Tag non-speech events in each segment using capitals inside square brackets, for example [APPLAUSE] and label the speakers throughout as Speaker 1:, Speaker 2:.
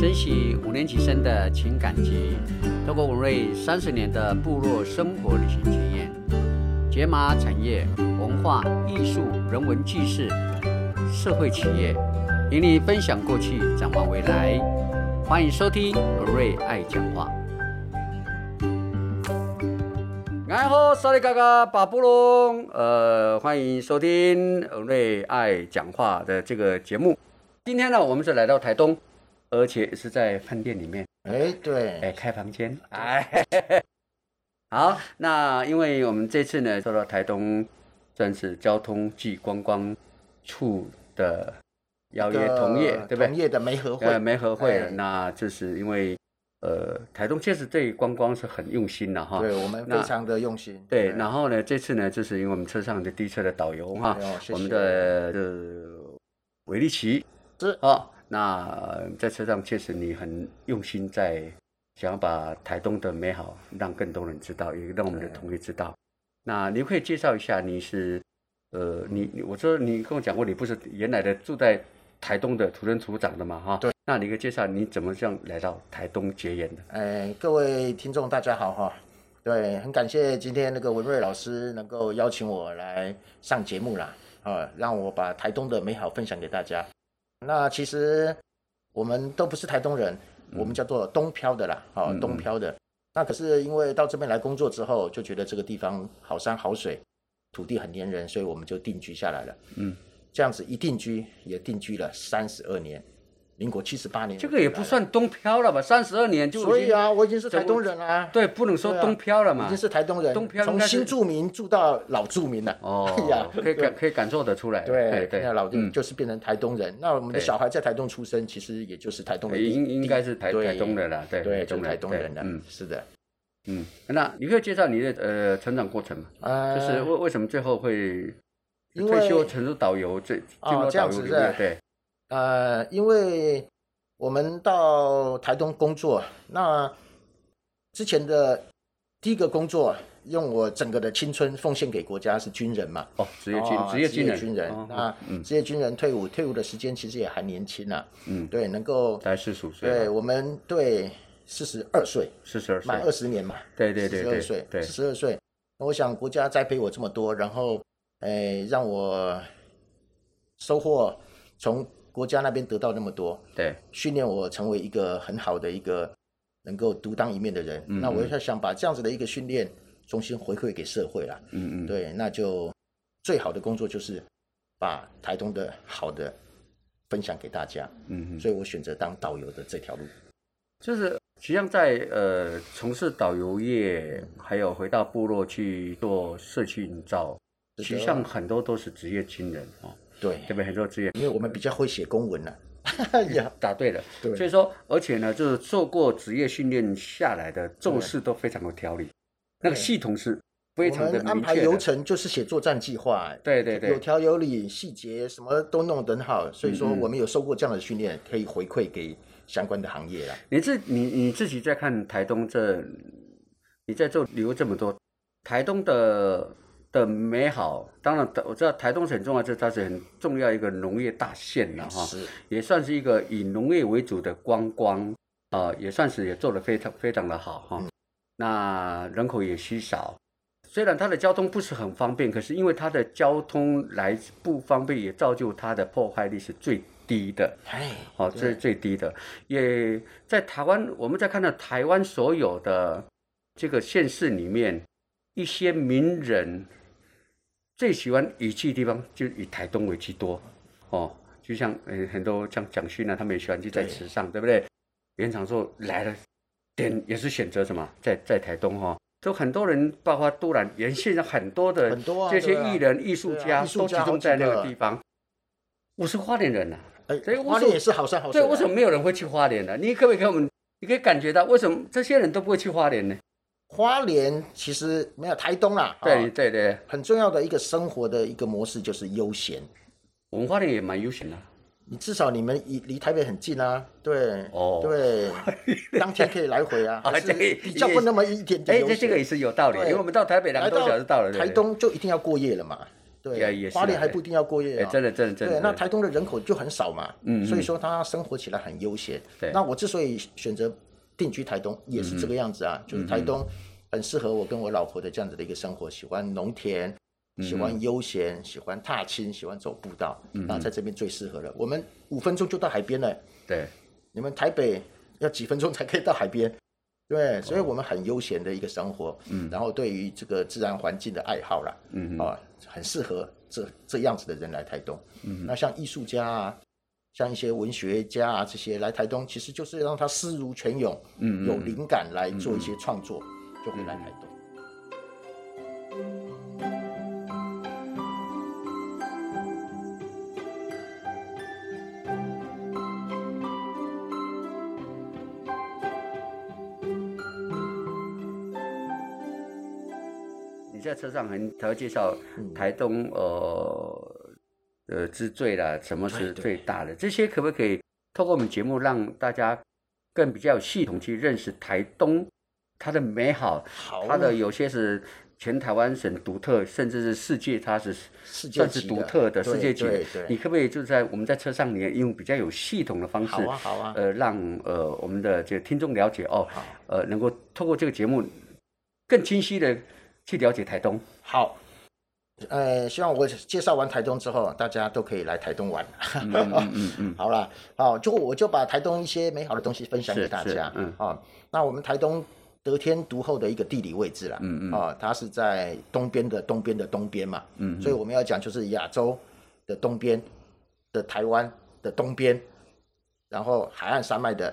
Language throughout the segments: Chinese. Speaker 1: 珍惜五年级生的情感集，透过文瑞三十年的部落生活旅行经验，解码产业、文化艺术、人文纪事、社会企业，与你分享过去，展望未来。欢迎收听文瑞爱讲话。然后萨利嘎嘎巴布隆，呃，欢迎收听文瑞爱讲话的这个节目。今天呢，我们是来到台东，而且是在饭店里面，
Speaker 2: 哎，对，
Speaker 1: 哎，开房间，哎， [LAUGHS] 嘿嘿嘿好，那因为我们这次呢，受到台东算是交通暨观光处的邀约，
Speaker 2: 个
Speaker 1: 同业，对不
Speaker 2: 呃同
Speaker 1: 对？
Speaker 2: 业的媒合
Speaker 1: 呃，
Speaker 2: 会，
Speaker 1: 没合会了，
Speaker 2: 哎
Speaker 1: 那就是因为呃，台东确实对观光是很用心的哈。
Speaker 2: 对我们
Speaker 1: 那
Speaker 2: 非常的用心。哎
Speaker 1: 对，然后呢，这次呢，就是因为我们车上的第一车的导游哈，
Speaker 2: 哎呦谢谢
Speaker 1: 我们的呃维利奇
Speaker 2: 是
Speaker 1: 哦，那呃在车上确实你很用心在想要把台东的美好让更多人知道，也让我们的
Speaker 2: 对
Speaker 1: 同学知道。那你可以介绍一下你是呃你你我说你跟我讲过你不是原来的住在台东的土生土长的嘛哈？
Speaker 2: 对。
Speaker 1: 那你可以介绍你怎么这样来到台东结缘的？
Speaker 2: 哎，各位听众大家好哈，对，很感谢今天那个文瑞老师能够邀请我来上节目啦，啊，让我把台东的美好分享给大家。那其实我们都不是台东人，我们叫做东漂的啦，啊
Speaker 1: 嗯嗯嗯，
Speaker 2: 东漂的。那可是因为到这边来工作之后，就觉得这个地方好山好水，土地很黏人，所以我们就定居下来了。
Speaker 1: 嗯，
Speaker 2: 这样子一定居也定居了三十二年，民国七十八年。
Speaker 1: 这个也不。算东漂了吧？三十二年就已
Speaker 2: 所以
Speaker 1: 经
Speaker 2: 啊，我已经是台东人啊。
Speaker 1: 对，不能说东漂了嘛。
Speaker 2: 已经是台东人，
Speaker 1: 东漂应
Speaker 2: 从
Speaker 1: 该是
Speaker 2: 新住民住到老住民了。
Speaker 1: 哦，
Speaker 2: [LAUGHS] 哎呀
Speaker 1: 可以
Speaker 2: 对
Speaker 1: 感可以感受得出来。
Speaker 2: 对，
Speaker 1: 对，
Speaker 2: 那老就
Speaker 1: 嗯
Speaker 2: 就是变成台东人。那我们的
Speaker 1: 对
Speaker 2: 小孩在台东出生，其实也就是台东的
Speaker 1: 应
Speaker 2: 地，
Speaker 1: 应该是台
Speaker 2: 对
Speaker 1: 台东的啦，对，
Speaker 2: 对，就是
Speaker 1: 的
Speaker 2: 台东人
Speaker 1: 对
Speaker 2: 了
Speaker 1: 嗯。
Speaker 2: 是的，
Speaker 1: 嗯，那你可以介绍你的呃成长过程吗？
Speaker 2: 呃
Speaker 1: 就是为为什么最后会
Speaker 2: 因为
Speaker 1: 退休成为导游，这进入
Speaker 2: 哦这
Speaker 1: 导
Speaker 2: 样
Speaker 1: 游
Speaker 2: 子
Speaker 1: 领
Speaker 2: 是
Speaker 1: 域
Speaker 2: 吧？
Speaker 1: 对，
Speaker 2: 呃，因为我们到台东工作，那之前的第一个工作，用我整个的青春奉献给国家是军人嘛。
Speaker 1: 哦，职业军
Speaker 2: 哦
Speaker 1: 职业军人，
Speaker 2: 职业军人
Speaker 1: 哦，
Speaker 2: 那
Speaker 1: 嗯
Speaker 2: 职业军人退伍，退伍的时间其实也还年轻啊，
Speaker 1: 嗯，
Speaker 2: 对，能够
Speaker 1: 才四十五岁
Speaker 2: 对
Speaker 1: 吧，
Speaker 2: 我们对四十二岁，
Speaker 1: 四十二
Speaker 2: 满二
Speaker 1: 岁，
Speaker 2: 十年嘛，
Speaker 1: 对对对
Speaker 2: 四十二
Speaker 1: 对
Speaker 2: 岁，
Speaker 1: 对
Speaker 2: 四，十二岁。那我想国家栽培我这么多，然后，哎，让我收获从国家那边得到那么多，
Speaker 1: 对，
Speaker 2: 训练我成为一个很好的一个能够独当一面的人。
Speaker 1: 嗯
Speaker 2: 那我
Speaker 1: 嗯
Speaker 2: 就想把这样子的一个训练重新回馈给社会啦。
Speaker 1: 嗯嗯，
Speaker 2: 对，那就最好的工作就是把台东的好的分享给大家，
Speaker 1: 嗯嗯，
Speaker 2: 所以我选择当导游的这条路。
Speaker 1: 就是实际上在呃从事导游业，还有回到部落去做社区营造，
Speaker 2: 是的
Speaker 1: 实际上很多都是职业军人啊，哦
Speaker 2: 对，
Speaker 1: 对不对？很多职业
Speaker 2: 因为我们比较会写
Speaker 1: [LAUGHS]
Speaker 2: 公文了、哎呀，
Speaker 1: 答对了，
Speaker 2: 对
Speaker 1: 所以说，而且呢，就是受过职业训练下来的做事都非常有条理，那个系统是非
Speaker 2: [LAUGHS] 我
Speaker 1: 常
Speaker 2: 们
Speaker 1: 的
Speaker 2: 安
Speaker 1: 明
Speaker 2: 排
Speaker 1: 确
Speaker 2: 流
Speaker 1: 的。
Speaker 2: 程就是写作战计划、哎
Speaker 1: 对对对
Speaker 2: 有，条有理，细节什么都弄得很好，所以说
Speaker 1: 嗯嗯
Speaker 2: 我们有受过这样的训练，可以回馈给相关的行业啦。
Speaker 1: 你自你你自己在看台东这，你在做旅游这么多，台东的的美好，当然我知道台东是很重要，这它是很重要一个农业大县了哈，
Speaker 2: 是，
Speaker 1: 也算是一个以农业为主的观光啊、也算是也做得非常非常的好哈、那人口也稀少，虽然它的交通不是很方便，可是因为它的交通来不方便，也造就它的破坏力是最低的。
Speaker 2: 哎，
Speaker 1: 哦，最最低的，也在台湾，我们在看到台湾所有的这个县市里面，一些名人最喜欢以去的地方，就以台东为居多。哦，就像呃很多像蒋勋啊，他们也喜欢去在
Speaker 2: 对
Speaker 1: 池上，对不对？原长寿来了，点也是选择什么，在在台东哈、哦，就很多人，包括都兰，原现在很多的
Speaker 2: 很多啊
Speaker 1: 这些
Speaker 2: 对啊
Speaker 1: 艺人、艺术
Speaker 2: 对啊
Speaker 1: 家
Speaker 2: 艺术
Speaker 1: 都集
Speaker 2: 家好
Speaker 1: 中
Speaker 2: 几
Speaker 1: 在那
Speaker 2: 个
Speaker 1: 个地方。我是花莲人啊呐、
Speaker 2: 哎
Speaker 1: 所以为什么
Speaker 2: 花莲也哦是好山好水
Speaker 1: 对，
Speaker 2: 啊啦。
Speaker 1: 为什么没有人会去花莲呢？你可不可以给我们，你可以感觉到为什么这些人都不会去花莲呢？
Speaker 2: 花莲其实没有台东啦？
Speaker 1: 对
Speaker 2: 哦
Speaker 1: 对对，
Speaker 2: 很重要的一个生活的一个模式就是悠闲。
Speaker 1: 我们花莲也蛮悠闲的。
Speaker 2: 你至少你们离离台北很近啊，对，
Speaker 1: 哦 [LAUGHS]
Speaker 2: 对，当天可以来回啊，
Speaker 1: 啊
Speaker 2: 还是
Speaker 1: 对
Speaker 2: 比较不那么一点点
Speaker 1: 哎，
Speaker 2: 悠
Speaker 1: 这
Speaker 2: 闲。
Speaker 1: 这个也是有道理，因
Speaker 2: 对
Speaker 1: 为我们到台北两
Speaker 2: 来
Speaker 1: 个多小时到了，对不对
Speaker 2: 台东就一定要过夜了嘛，
Speaker 1: 也
Speaker 2: 对，
Speaker 1: 也是
Speaker 2: 花莲
Speaker 1: 啊
Speaker 2: 还不一定要过夜
Speaker 1: 哎，
Speaker 2: 啊。
Speaker 1: 真的真的真
Speaker 2: 对，
Speaker 1: 的，
Speaker 2: 那台东的人口就很少嘛，
Speaker 1: 嗯嗯
Speaker 2: 所以说他生活起来很悠闲。
Speaker 1: 对
Speaker 2: 那我之所以选择定居台东，也是这个样子
Speaker 1: 嗯
Speaker 2: 啊，就是台东很适合我跟我老婆的这样子的一个生活，喜欢农田，
Speaker 1: 嗯
Speaker 2: 喜欢悠闲，喜欢踏青，喜欢走步道，
Speaker 1: 嗯
Speaker 2: 那在这边最适合了。我们五分钟就到海边了，
Speaker 1: 对，
Speaker 2: 你们台北要几分钟才可以到海边？ [LAUGHS] 对，所以我们很悠闲的一个生活，嗯，然后对于这个自然环境的爱好啦，
Speaker 1: 嗯
Speaker 2: 啊，很适合这这样子的人来台东。嗯，那像艺术家啊，像一些文学家啊这些来台东，其实就是让他思如泉涌，嗯，有灵感来做一些创作，就会来台东。
Speaker 1: 你在车上很他会介绍
Speaker 2: 嗯
Speaker 1: 台东呃呃之最啦，什么是
Speaker 2: 哎对
Speaker 1: 最大的？这些可不可以透过我们节目让大家更比较有系统去认识台东它的美好？
Speaker 2: 好啊
Speaker 1: 它的有些是全台湾省独特，甚至是世界它是
Speaker 2: 世界
Speaker 1: 算是
Speaker 2: 级
Speaker 1: 独
Speaker 2: 的
Speaker 1: 特的
Speaker 2: 对
Speaker 1: 世界级的
Speaker 2: 对对。
Speaker 1: 你可不可以就在我们在车上，你用比较有系统的方式
Speaker 2: 好，啊，好啊，
Speaker 1: 呃，让呃我们的这个听众了解哦
Speaker 2: 好，
Speaker 1: 呃，能够透过这个节目呃更清晰的去了解台
Speaker 2: [LAUGHS]
Speaker 1: 东。
Speaker 2: 好。呃，希望我介绍完台东之后，大家都可以来台东玩。
Speaker 1: 嗯嗯，
Speaker 2: 好啦，好，就我就把台东一些美好的东西分享
Speaker 1: 是
Speaker 2: 给大
Speaker 1: 是
Speaker 2: 家。
Speaker 1: 嗯
Speaker 2: 啊、那我们台东得天独厚的一个地理位置啦。
Speaker 1: 嗯嗯
Speaker 2: 哦，它是在东边的东边的东边嘛。
Speaker 1: 嗯
Speaker 2: 所以我们要讲就是亚洲的东边的台湾的东边，然后海岸山脉的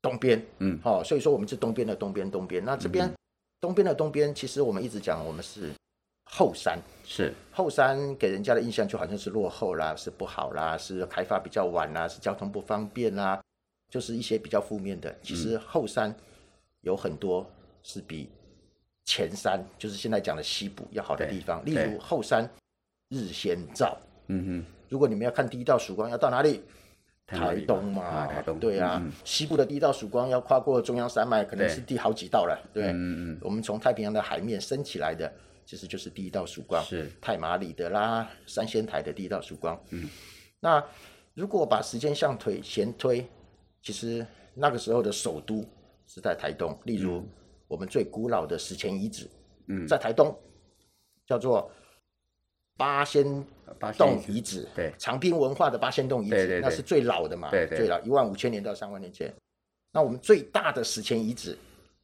Speaker 2: 东边。
Speaker 1: 嗯
Speaker 2: 哦，所以说我们是东边的东边东边。那这边、东边的东边，其实我们一直讲我们是后山。
Speaker 1: 是
Speaker 2: 后山给人家的印象就好像是落后啦，是不好啦，是开发比较晚啦，是交通不方便啦，就是一些比较负面的。其
Speaker 1: 嗯
Speaker 2: 实后山有很多是比前山，就是现在讲的西部要好的
Speaker 1: 对
Speaker 2: 地方，例
Speaker 1: 对
Speaker 2: 如后山日先照。
Speaker 1: 嗯
Speaker 2: 如果你们要看第一道曙光，要到哪里？
Speaker 1: 台湾
Speaker 2: 台
Speaker 1: 地方
Speaker 2: 东嘛，
Speaker 1: 啊台东
Speaker 2: 对啊，
Speaker 1: 嗯嗯
Speaker 2: 西部的第一道曙光要跨过中央山脉，可能
Speaker 1: 对
Speaker 2: 是第好几道了，对，
Speaker 1: 嗯嗯
Speaker 2: 我们从太平洋的海面升起来的，其实就是第一道曙光，
Speaker 1: 是
Speaker 2: 泰马里的啦，三仙台的第一道曙光。嗯，那如果把时间向推前推，其实那个时候的首都是在台东，例如
Speaker 1: 嗯
Speaker 2: 我们最古老的史前遗址，嗯，在台东叫做八仙
Speaker 1: 八仙
Speaker 2: 洞
Speaker 1: 遗址
Speaker 2: 遗址，
Speaker 1: 对
Speaker 2: 长滨文化的八仙洞遗址，
Speaker 1: 对对对
Speaker 2: 那是最老的嘛，
Speaker 1: 对对
Speaker 2: 最老一万五千年到三万年前。那我们最大的史前遗址，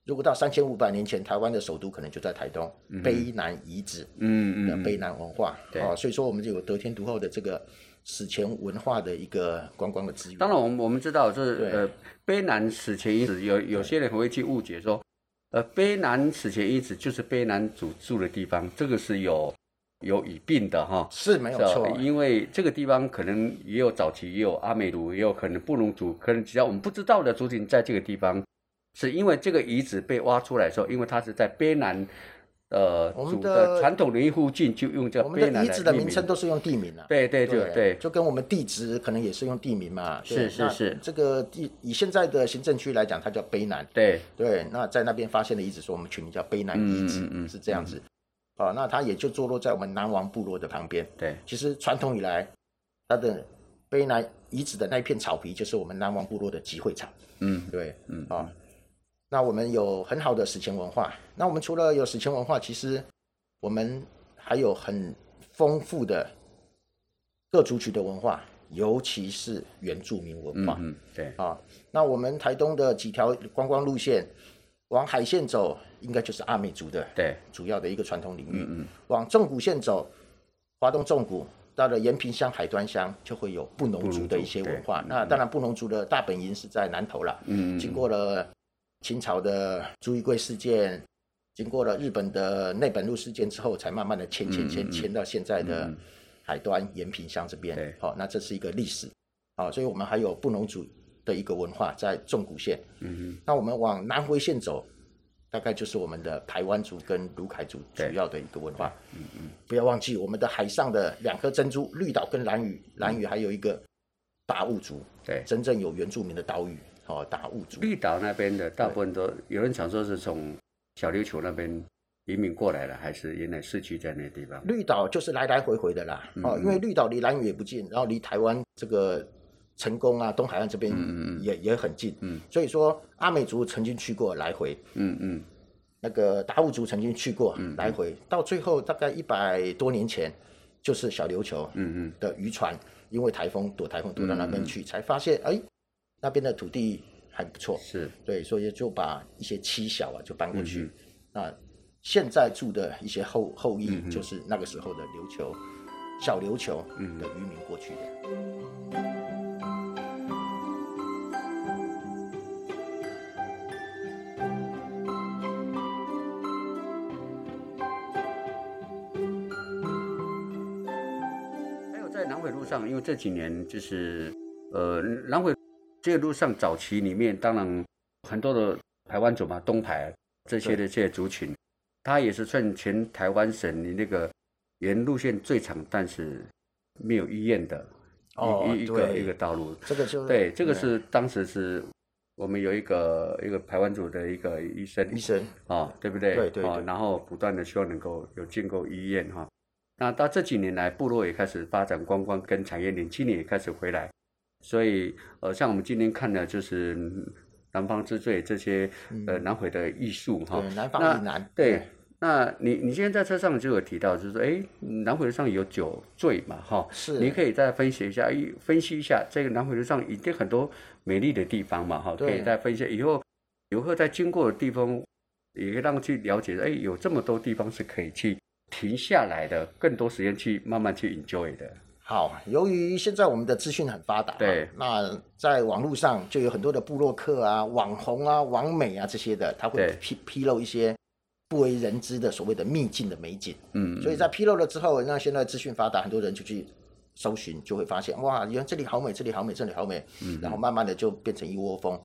Speaker 2: 如果到三千五百年前，台湾的首都可能就在台东，卑南遗址
Speaker 1: 嗯
Speaker 2: 的
Speaker 1: 嗯
Speaker 2: 卑南文化，
Speaker 1: 对
Speaker 2: 哦，所以说我们就有得天独厚的这个史前文化的一个观光的资源。
Speaker 1: 当然，我们我们知道，就是
Speaker 2: 对
Speaker 1: 呃，卑南史前遗址，有有些人会去误解说，呃，卑南史前遗址就是卑南主住的地方，这个是有有疑病的哈。
Speaker 2: 是没有
Speaker 1: 是
Speaker 2: 错
Speaker 1: 吧，因为这个地方可能也有早期，也有阿美族，也有可能布农族，可能只要我们不知道的族群在这个地方，是因为这个遗址被挖出来的时候，因为它是在卑南，呃，
Speaker 2: 我们
Speaker 1: 族
Speaker 2: 的
Speaker 1: 的传统领域附近，就用这个
Speaker 2: 我们
Speaker 1: 卑
Speaker 2: 的
Speaker 1: 南
Speaker 2: 遗
Speaker 1: 来
Speaker 2: 址的
Speaker 1: 命
Speaker 2: 名称
Speaker 1: 名。
Speaker 2: 都是用地名啊。
Speaker 1: 对对就对，
Speaker 2: 就跟我们地址可能也是用地名嘛。对
Speaker 1: 是是
Speaker 2: 那
Speaker 1: 是
Speaker 2: 这个地以现在的行政区来讲，它叫卑南。
Speaker 1: 对，
Speaker 2: 对，那在那边发现的遗址，说我们取名叫卑南遗址，
Speaker 1: 嗯嗯嗯
Speaker 2: 是这样子。啊，那它也就坐落在我们南王部落的旁边。
Speaker 1: 对，
Speaker 2: 其实传统以来，它的卑南遗址的那一片草皮，就是我们南王部落的集会场。
Speaker 1: 嗯
Speaker 2: 对，
Speaker 1: 嗯，
Speaker 2: 啊、那我们有很好的史前文化。那我们除了有史前文化，其实我们还有很丰富的各族群的文化，尤其是原住民文
Speaker 1: 嗯
Speaker 2: 化。
Speaker 1: 嗯，对，
Speaker 2: 啊，那我们台东的几条观光路线，往海线走，应该就是阿美族的
Speaker 1: 对，
Speaker 2: 主要的一个传统领域。嗯嗯往纵谷线走，华东纵谷到了延平乡、海端乡，就会有布农族的嗯一些文化。那当然，布农族的大本营是在南投啦。
Speaker 1: 嗯嗯
Speaker 2: 经过了清朝的朱一贵事件，经过了日本的内本路事件之后，才慢慢的迁迁
Speaker 1: 嗯
Speaker 2: 迁迁到现在的海端延平乡这边
Speaker 1: 对。
Speaker 2: 好、那这是一个历史。好、所以我们还有布农族的一个文化在纵谷县。
Speaker 1: 嗯
Speaker 2: 那我们往南回线走，大概就是我们的台湾族跟卢凯族主
Speaker 1: 对
Speaker 2: 要的一个文化。嗯嗯，不要忘记我们的海上的两颗珍珠，绿岛跟蓝屿，蓝屿还有一个达悟族，
Speaker 1: 嗯对。
Speaker 2: 真正有原住民的岛屿哦，达悟族。
Speaker 1: 绿岛那边的大部分都有人想说是从小琉球那边移民过来了，还是原来市区在那地方？
Speaker 2: 绿岛就是来来回回的啦，
Speaker 1: 嗯
Speaker 2: 哦，因为绿岛离兰屿也不近，然后离台湾这个成功啊、东海岸这边
Speaker 1: 嗯嗯嗯
Speaker 2: 也也很近，
Speaker 1: 嗯，
Speaker 2: 所以说阿美族曾经去过来回，
Speaker 1: 嗯嗯
Speaker 2: 那个达悟族曾经去过来回，到最后大概一百多年前，就是小琉球
Speaker 1: 嗯嗯，
Speaker 2: 的渔船因为台风躲台风躲到那边去，才发现哎那边的土地还不错，
Speaker 1: 是
Speaker 2: 对，所以就把一些妻小啊就搬过
Speaker 1: 嗯
Speaker 2: 去。那现在住的一些后后裔，
Speaker 1: 嗯
Speaker 2: 就是那个时候的琉球、小琉球
Speaker 1: 嗯
Speaker 2: 的渔民过去的。
Speaker 1: 还有在南回路上，因为这几年就是呃南回这个路上早期里面，当然很多的台湾族嘛，东台这些的这些族群，它也是算全台湾省你那个沿路线最长，但是没有医院的一、
Speaker 2: 哦
Speaker 1: 一一个
Speaker 2: 对
Speaker 1: 一个道路。
Speaker 2: 这个就
Speaker 1: 对，这个
Speaker 2: 嗯
Speaker 1: 是当时是我们有一个一个台湾族的一个医生，
Speaker 2: 医生
Speaker 1: 啊、对不对？
Speaker 2: 对对
Speaker 1: 啊
Speaker 2: 对
Speaker 1: 然后不断的希望能够有建构医院哈、那到这几年来，部落也开始发展观光跟产业链，今年也开始回来，所以呃，像我们今天看的就是嗯南方之最这些呃南回的艺术哈、
Speaker 2: 嗯对南
Speaker 1: 那
Speaker 2: 方以南
Speaker 1: 对，那你你今天在车上就有提到，就是说，哎，南回上有酒醉嘛，哈，
Speaker 2: 是
Speaker 1: 你可以再分析一下，一分析一下这个南回路上一定很多美丽的地方嘛，哈，可
Speaker 2: 对
Speaker 1: 以再分析以后，以后再经过的地方，也可以让去了解，哎，有这么多地方是可以去停下来的，更多时间去慢慢去 enjoy 的，
Speaker 2: 好，由于现在我们的资讯很发达嘛，
Speaker 1: 对
Speaker 2: 那在网络上就有很多的部落客啊、网红啊、网美啊这些的，他会
Speaker 1: 对
Speaker 2: 披披露一些不为人知的所谓的秘境的美景。
Speaker 1: 嗯，
Speaker 2: 所以在披露了之后，那现在资讯发达，很多人就去搜寻，就会发现哇，原来这里好美，这里好美，这里好美，
Speaker 1: 嗯
Speaker 2: 然后慢慢的就变成一窝蜂。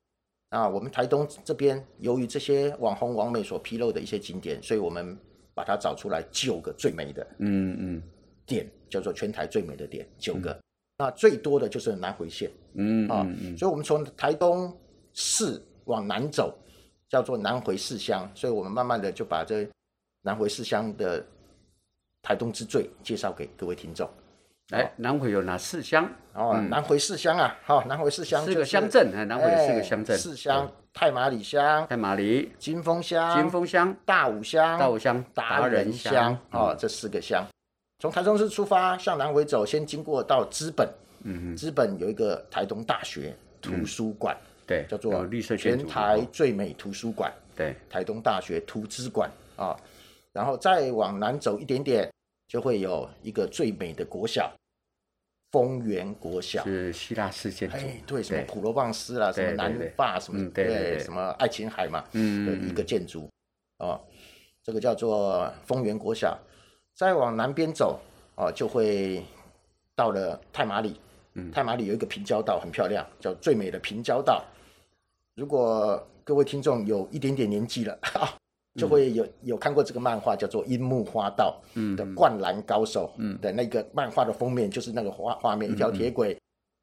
Speaker 2: 那我们台东这边，由于这些网红网美所披露的一些景点，所以我们把它找出来九个最美的
Speaker 1: 嗯嗯
Speaker 2: 点，叫做全台最美的点，九个。那最多的就是南回线
Speaker 1: 嗯
Speaker 2: 啊，
Speaker 1: 嗯嗯，
Speaker 2: 所以我们从台东市往南走，叫做南回四乡。所以我们慢慢的就把这南回四乡的台东之最介绍给各位听众。
Speaker 1: 来，南回有哪四乡？
Speaker 2: 哦，南回四乡啊，好、南回四乡、
Speaker 1: 嗯四个乡，镇，哎，南回有四个乡镇，
Speaker 2: 四乡：太麻里乡
Speaker 1: 对，、太马里、
Speaker 2: 金峰乡、
Speaker 1: 金峰乡、
Speaker 2: 大武乡、
Speaker 1: 大武乡、
Speaker 2: 达人乡
Speaker 1: 哦
Speaker 2: 哦，，这四个乡。从台中市出发，向南回走，先经过到资本，
Speaker 1: 嗯
Speaker 2: 资本有一个台东大学图书馆，
Speaker 1: 对，
Speaker 2: 叫
Speaker 1: 有
Speaker 2: 做
Speaker 1: 绿色建
Speaker 2: 全
Speaker 1: 筑嘛
Speaker 2: 台
Speaker 1: 哦
Speaker 2: 最美图书馆，
Speaker 1: 对，
Speaker 2: 台东大学图资馆啊、然后再往南走一点点，就会有一个最美的国小，丰原国小。
Speaker 1: 是希腊式建筑嘛
Speaker 2: 哎，，对，什么普罗旺斯啦，什
Speaker 1: 对
Speaker 2: 么
Speaker 1: 对
Speaker 2: 南
Speaker 1: 对
Speaker 2: 法，什么
Speaker 1: 嗯对对对
Speaker 2: 什么爱琴海嘛，的
Speaker 1: 嗯
Speaker 2: 一个建筑哦，这个叫做丰原国小。再往南边走哦，就会到了太马里。太马里有一个平交道，很漂亮，叫最美的平交道。如果各位听众有一点点年纪了 [LAUGHS] 啊，就会有有看过这个漫画，叫做《樱木花道》
Speaker 1: 嗯
Speaker 2: 的《灌篮高手》的那个漫画的封面，就是那个画画面，一条铁轨，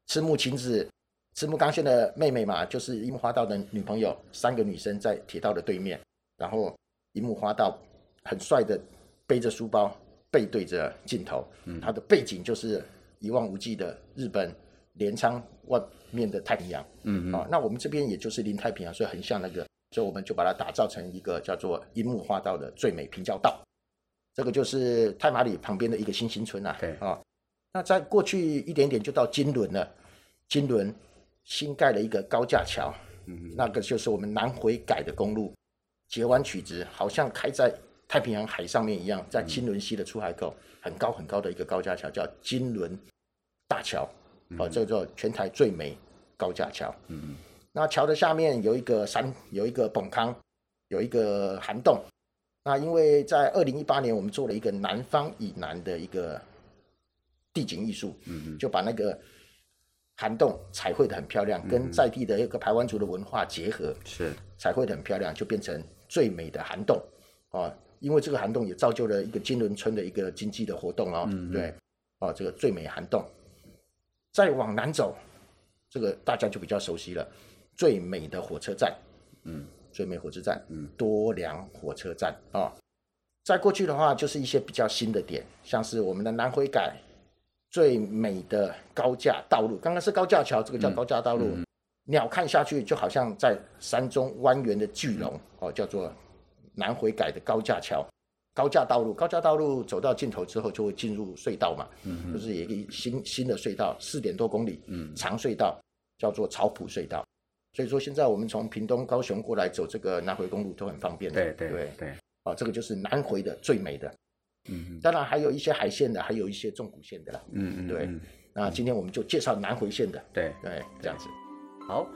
Speaker 2: 赤木晴子。赤木刚宪的妹妹嘛，就是樱木花道的女朋友，三个女生在铁道的对面，然后樱木花道很帅的背着书包，背对着镜头，他的背景就是一望无际的日本镰仓外面的太平洋。
Speaker 1: 嗯
Speaker 2: 啊，那我们这边也就是临太平洋，所以很像那个，所以我们就把它打造成一个叫做樱木花道的最美平交道。这个就是太马里旁边的一个新兴村啊。
Speaker 1: 对
Speaker 2: 啊，那再过去一点点就到金轮了，金轮新盖了一个高架桥，
Speaker 1: 嗯
Speaker 2: 那个就是我们南回改的公路，截弯曲直，好像开在太平洋海上面一样，在金轮溪的出海口，很高很高的一个高架桥，叫金轮大桥，哦，这个叫全台最美高架桥。
Speaker 1: 嗯
Speaker 2: 那桥的下面有一个山，有一个崩康，有一个涵洞。那因为在二零一八年，我们做了一个南方以南的一个地景艺术，
Speaker 1: 嗯
Speaker 2: 就把那个涵洞彩绘的很漂亮，跟在地的一个排湾族的文化结合，
Speaker 1: 是
Speaker 2: 彩绘的很漂亮，就变成最美的涵洞啊！因为这个涵洞也造就了一个金轮村的一个经济的活动哦，
Speaker 1: 嗯
Speaker 2: 对，哦，这个最美涵洞。再往南走，这个大家就比较熟悉了，最美的火车站，
Speaker 1: 嗯，
Speaker 2: 最美火车站，
Speaker 1: 嗯，
Speaker 2: 多良火车站啊、哦再过去的话，就是一些比较新的点，像是我们的南回改最美的高架道路，刚刚是高架桥，这个叫高架道路。鸟看下去就好像在山中蜿蜒的巨龙哦，叫做南回改的高架桥、高架道路。高架道路走到尽头之后，就会进入隧道嘛，就是有一个新新的隧道，四点多公里，长隧道叫做草埔隧道。所以说，现在我们从屏东、高雄过来走这个南回公路都很方便的。
Speaker 1: 对对
Speaker 2: 对，
Speaker 1: 对，
Speaker 2: 哦，这个就是南回的最美的。
Speaker 1: 嗯
Speaker 2: 当然还有一些海线的，还有一些纵谷线的啦。
Speaker 1: 嗯嗯，
Speaker 2: 对
Speaker 1: 嗯
Speaker 2: 那今天我们就介绍南回线的，
Speaker 1: 对，
Speaker 2: 对，这样子。
Speaker 1: 好。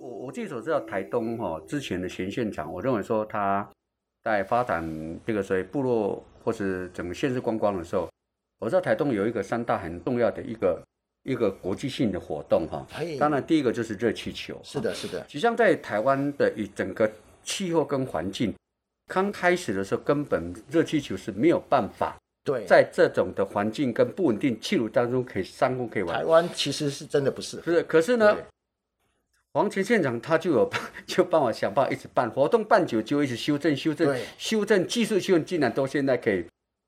Speaker 1: 我我自己所知道，台东哈、哦、之前的前县长，我认为说他在发展这个所谓部落或是整个县市观光的时候，我知道台东有一个三大很重要的一个一个国际性的活动哈、
Speaker 2: 嘿
Speaker 1: 当然，第一个嗯就是热气球。
Speaker 2: 哎是的，是的，
Speaker 1: 实际上，在台湾的一整个气候跟环境，刚开始的时候，根本热气球是没有办法
Speaker 2: 对。
Speaker 1: 在这种的环境跟不稳定气流当中可以上空可以玩
Speaker 2: 台。湾其实是真的不适合。
Speaker 1: 不是，可是呢
Speaker 2: 对，
Speaker 1: 黄前县长他就有 [LAUGHS] 就帮我想办法一直办活动办久就一直修正修正
Speaker 2: 对
Speaker 1: 修正技术修正，竟然都现在可以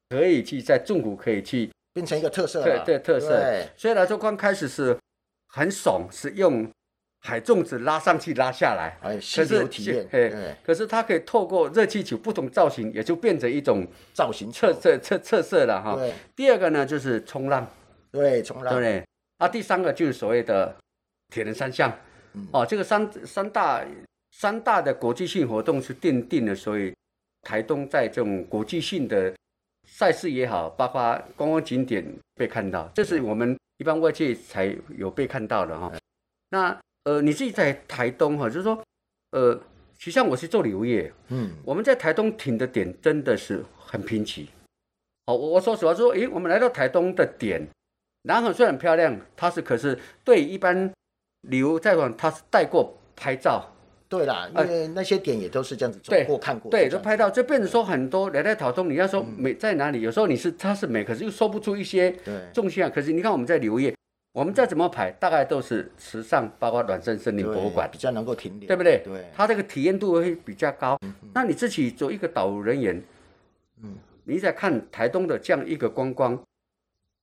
Speaker 1: 可以去在中谷可以去
Speaker 2: 变成一个特色
Speaker 1: 对
Speaker 2: 了。
Speaker 1: 对特色
Speaker 2: 对。
Speaker 1: 虽然说刚开始是很爽，是用海粽子拉上去拉下来，
Speaker 2: 哎，溪
Speaker 1: 可是
Speaker 2: 流体验，
Speaker 1: 嘿
Speaker 2: 对，
Speaker 1: 可是它可以透过热气球不同造型，也就变成一种
Speaker 2: 造型
Speaker 1: 特
Speaker 2: 球，
Speaker 1: 色啊特特色了哈。
Speaker 2: 对
Speaker 1: 第二个呢就是冲浪，
Speaker 2: 对，从
Speaker 1: 对不
Speaker 2: 来
Speaker 1: 对？啊，第三个就是所谓的铁人三项
Speaker 2: 嗯，
Speaker 1: 哦，这个三三大三大的国际性活动是奠定了，所以台东在这种国际性的赛事也好，包括观光景点被看到，这是我们一般外界才有被看到的哈、哦那呃，你自己在台东哦哈、就是说呃，其实上我是做旅游业，
Speaker 2: 嗯，
Speaker 1: 我们在台东停的点真的是很贫瘠。好，我我说实话说，诶，我们来到台东的点，南横虽然漂亮，它是可是对一般旅游在往它是带过拍照，
Speaker 2: 对啦，因
Speaker 1: 哎
Speaker 2: 为那些点也都是这样子走
Speaker 1: 对
Speaker 2: 过看过，
Speaker 1: 对，
Speaker 2: 这
Speaker 1: 都
Speaker 2: 样嗯
Speaker 1: 拍到，就变成说很多来到台东，你要说美在哪里，有时候你是它是美，可是又说不出一些
Speaker 2: 对
Speaker 1: 重心啊。可是你看我们在旅游业，我们再怎么排，大概都是时尚，包括暖身森林博物馆
Speaker 2: 对，比较能够停留，
Speaker 1: 对不对？
Speaker 2: 对，
Speaker 1: 它这个体验度会比较高。那你自己做一个导游人员，
Speaker 2: 嗯，
Speaker 1: 你在看台东的这样一个观光，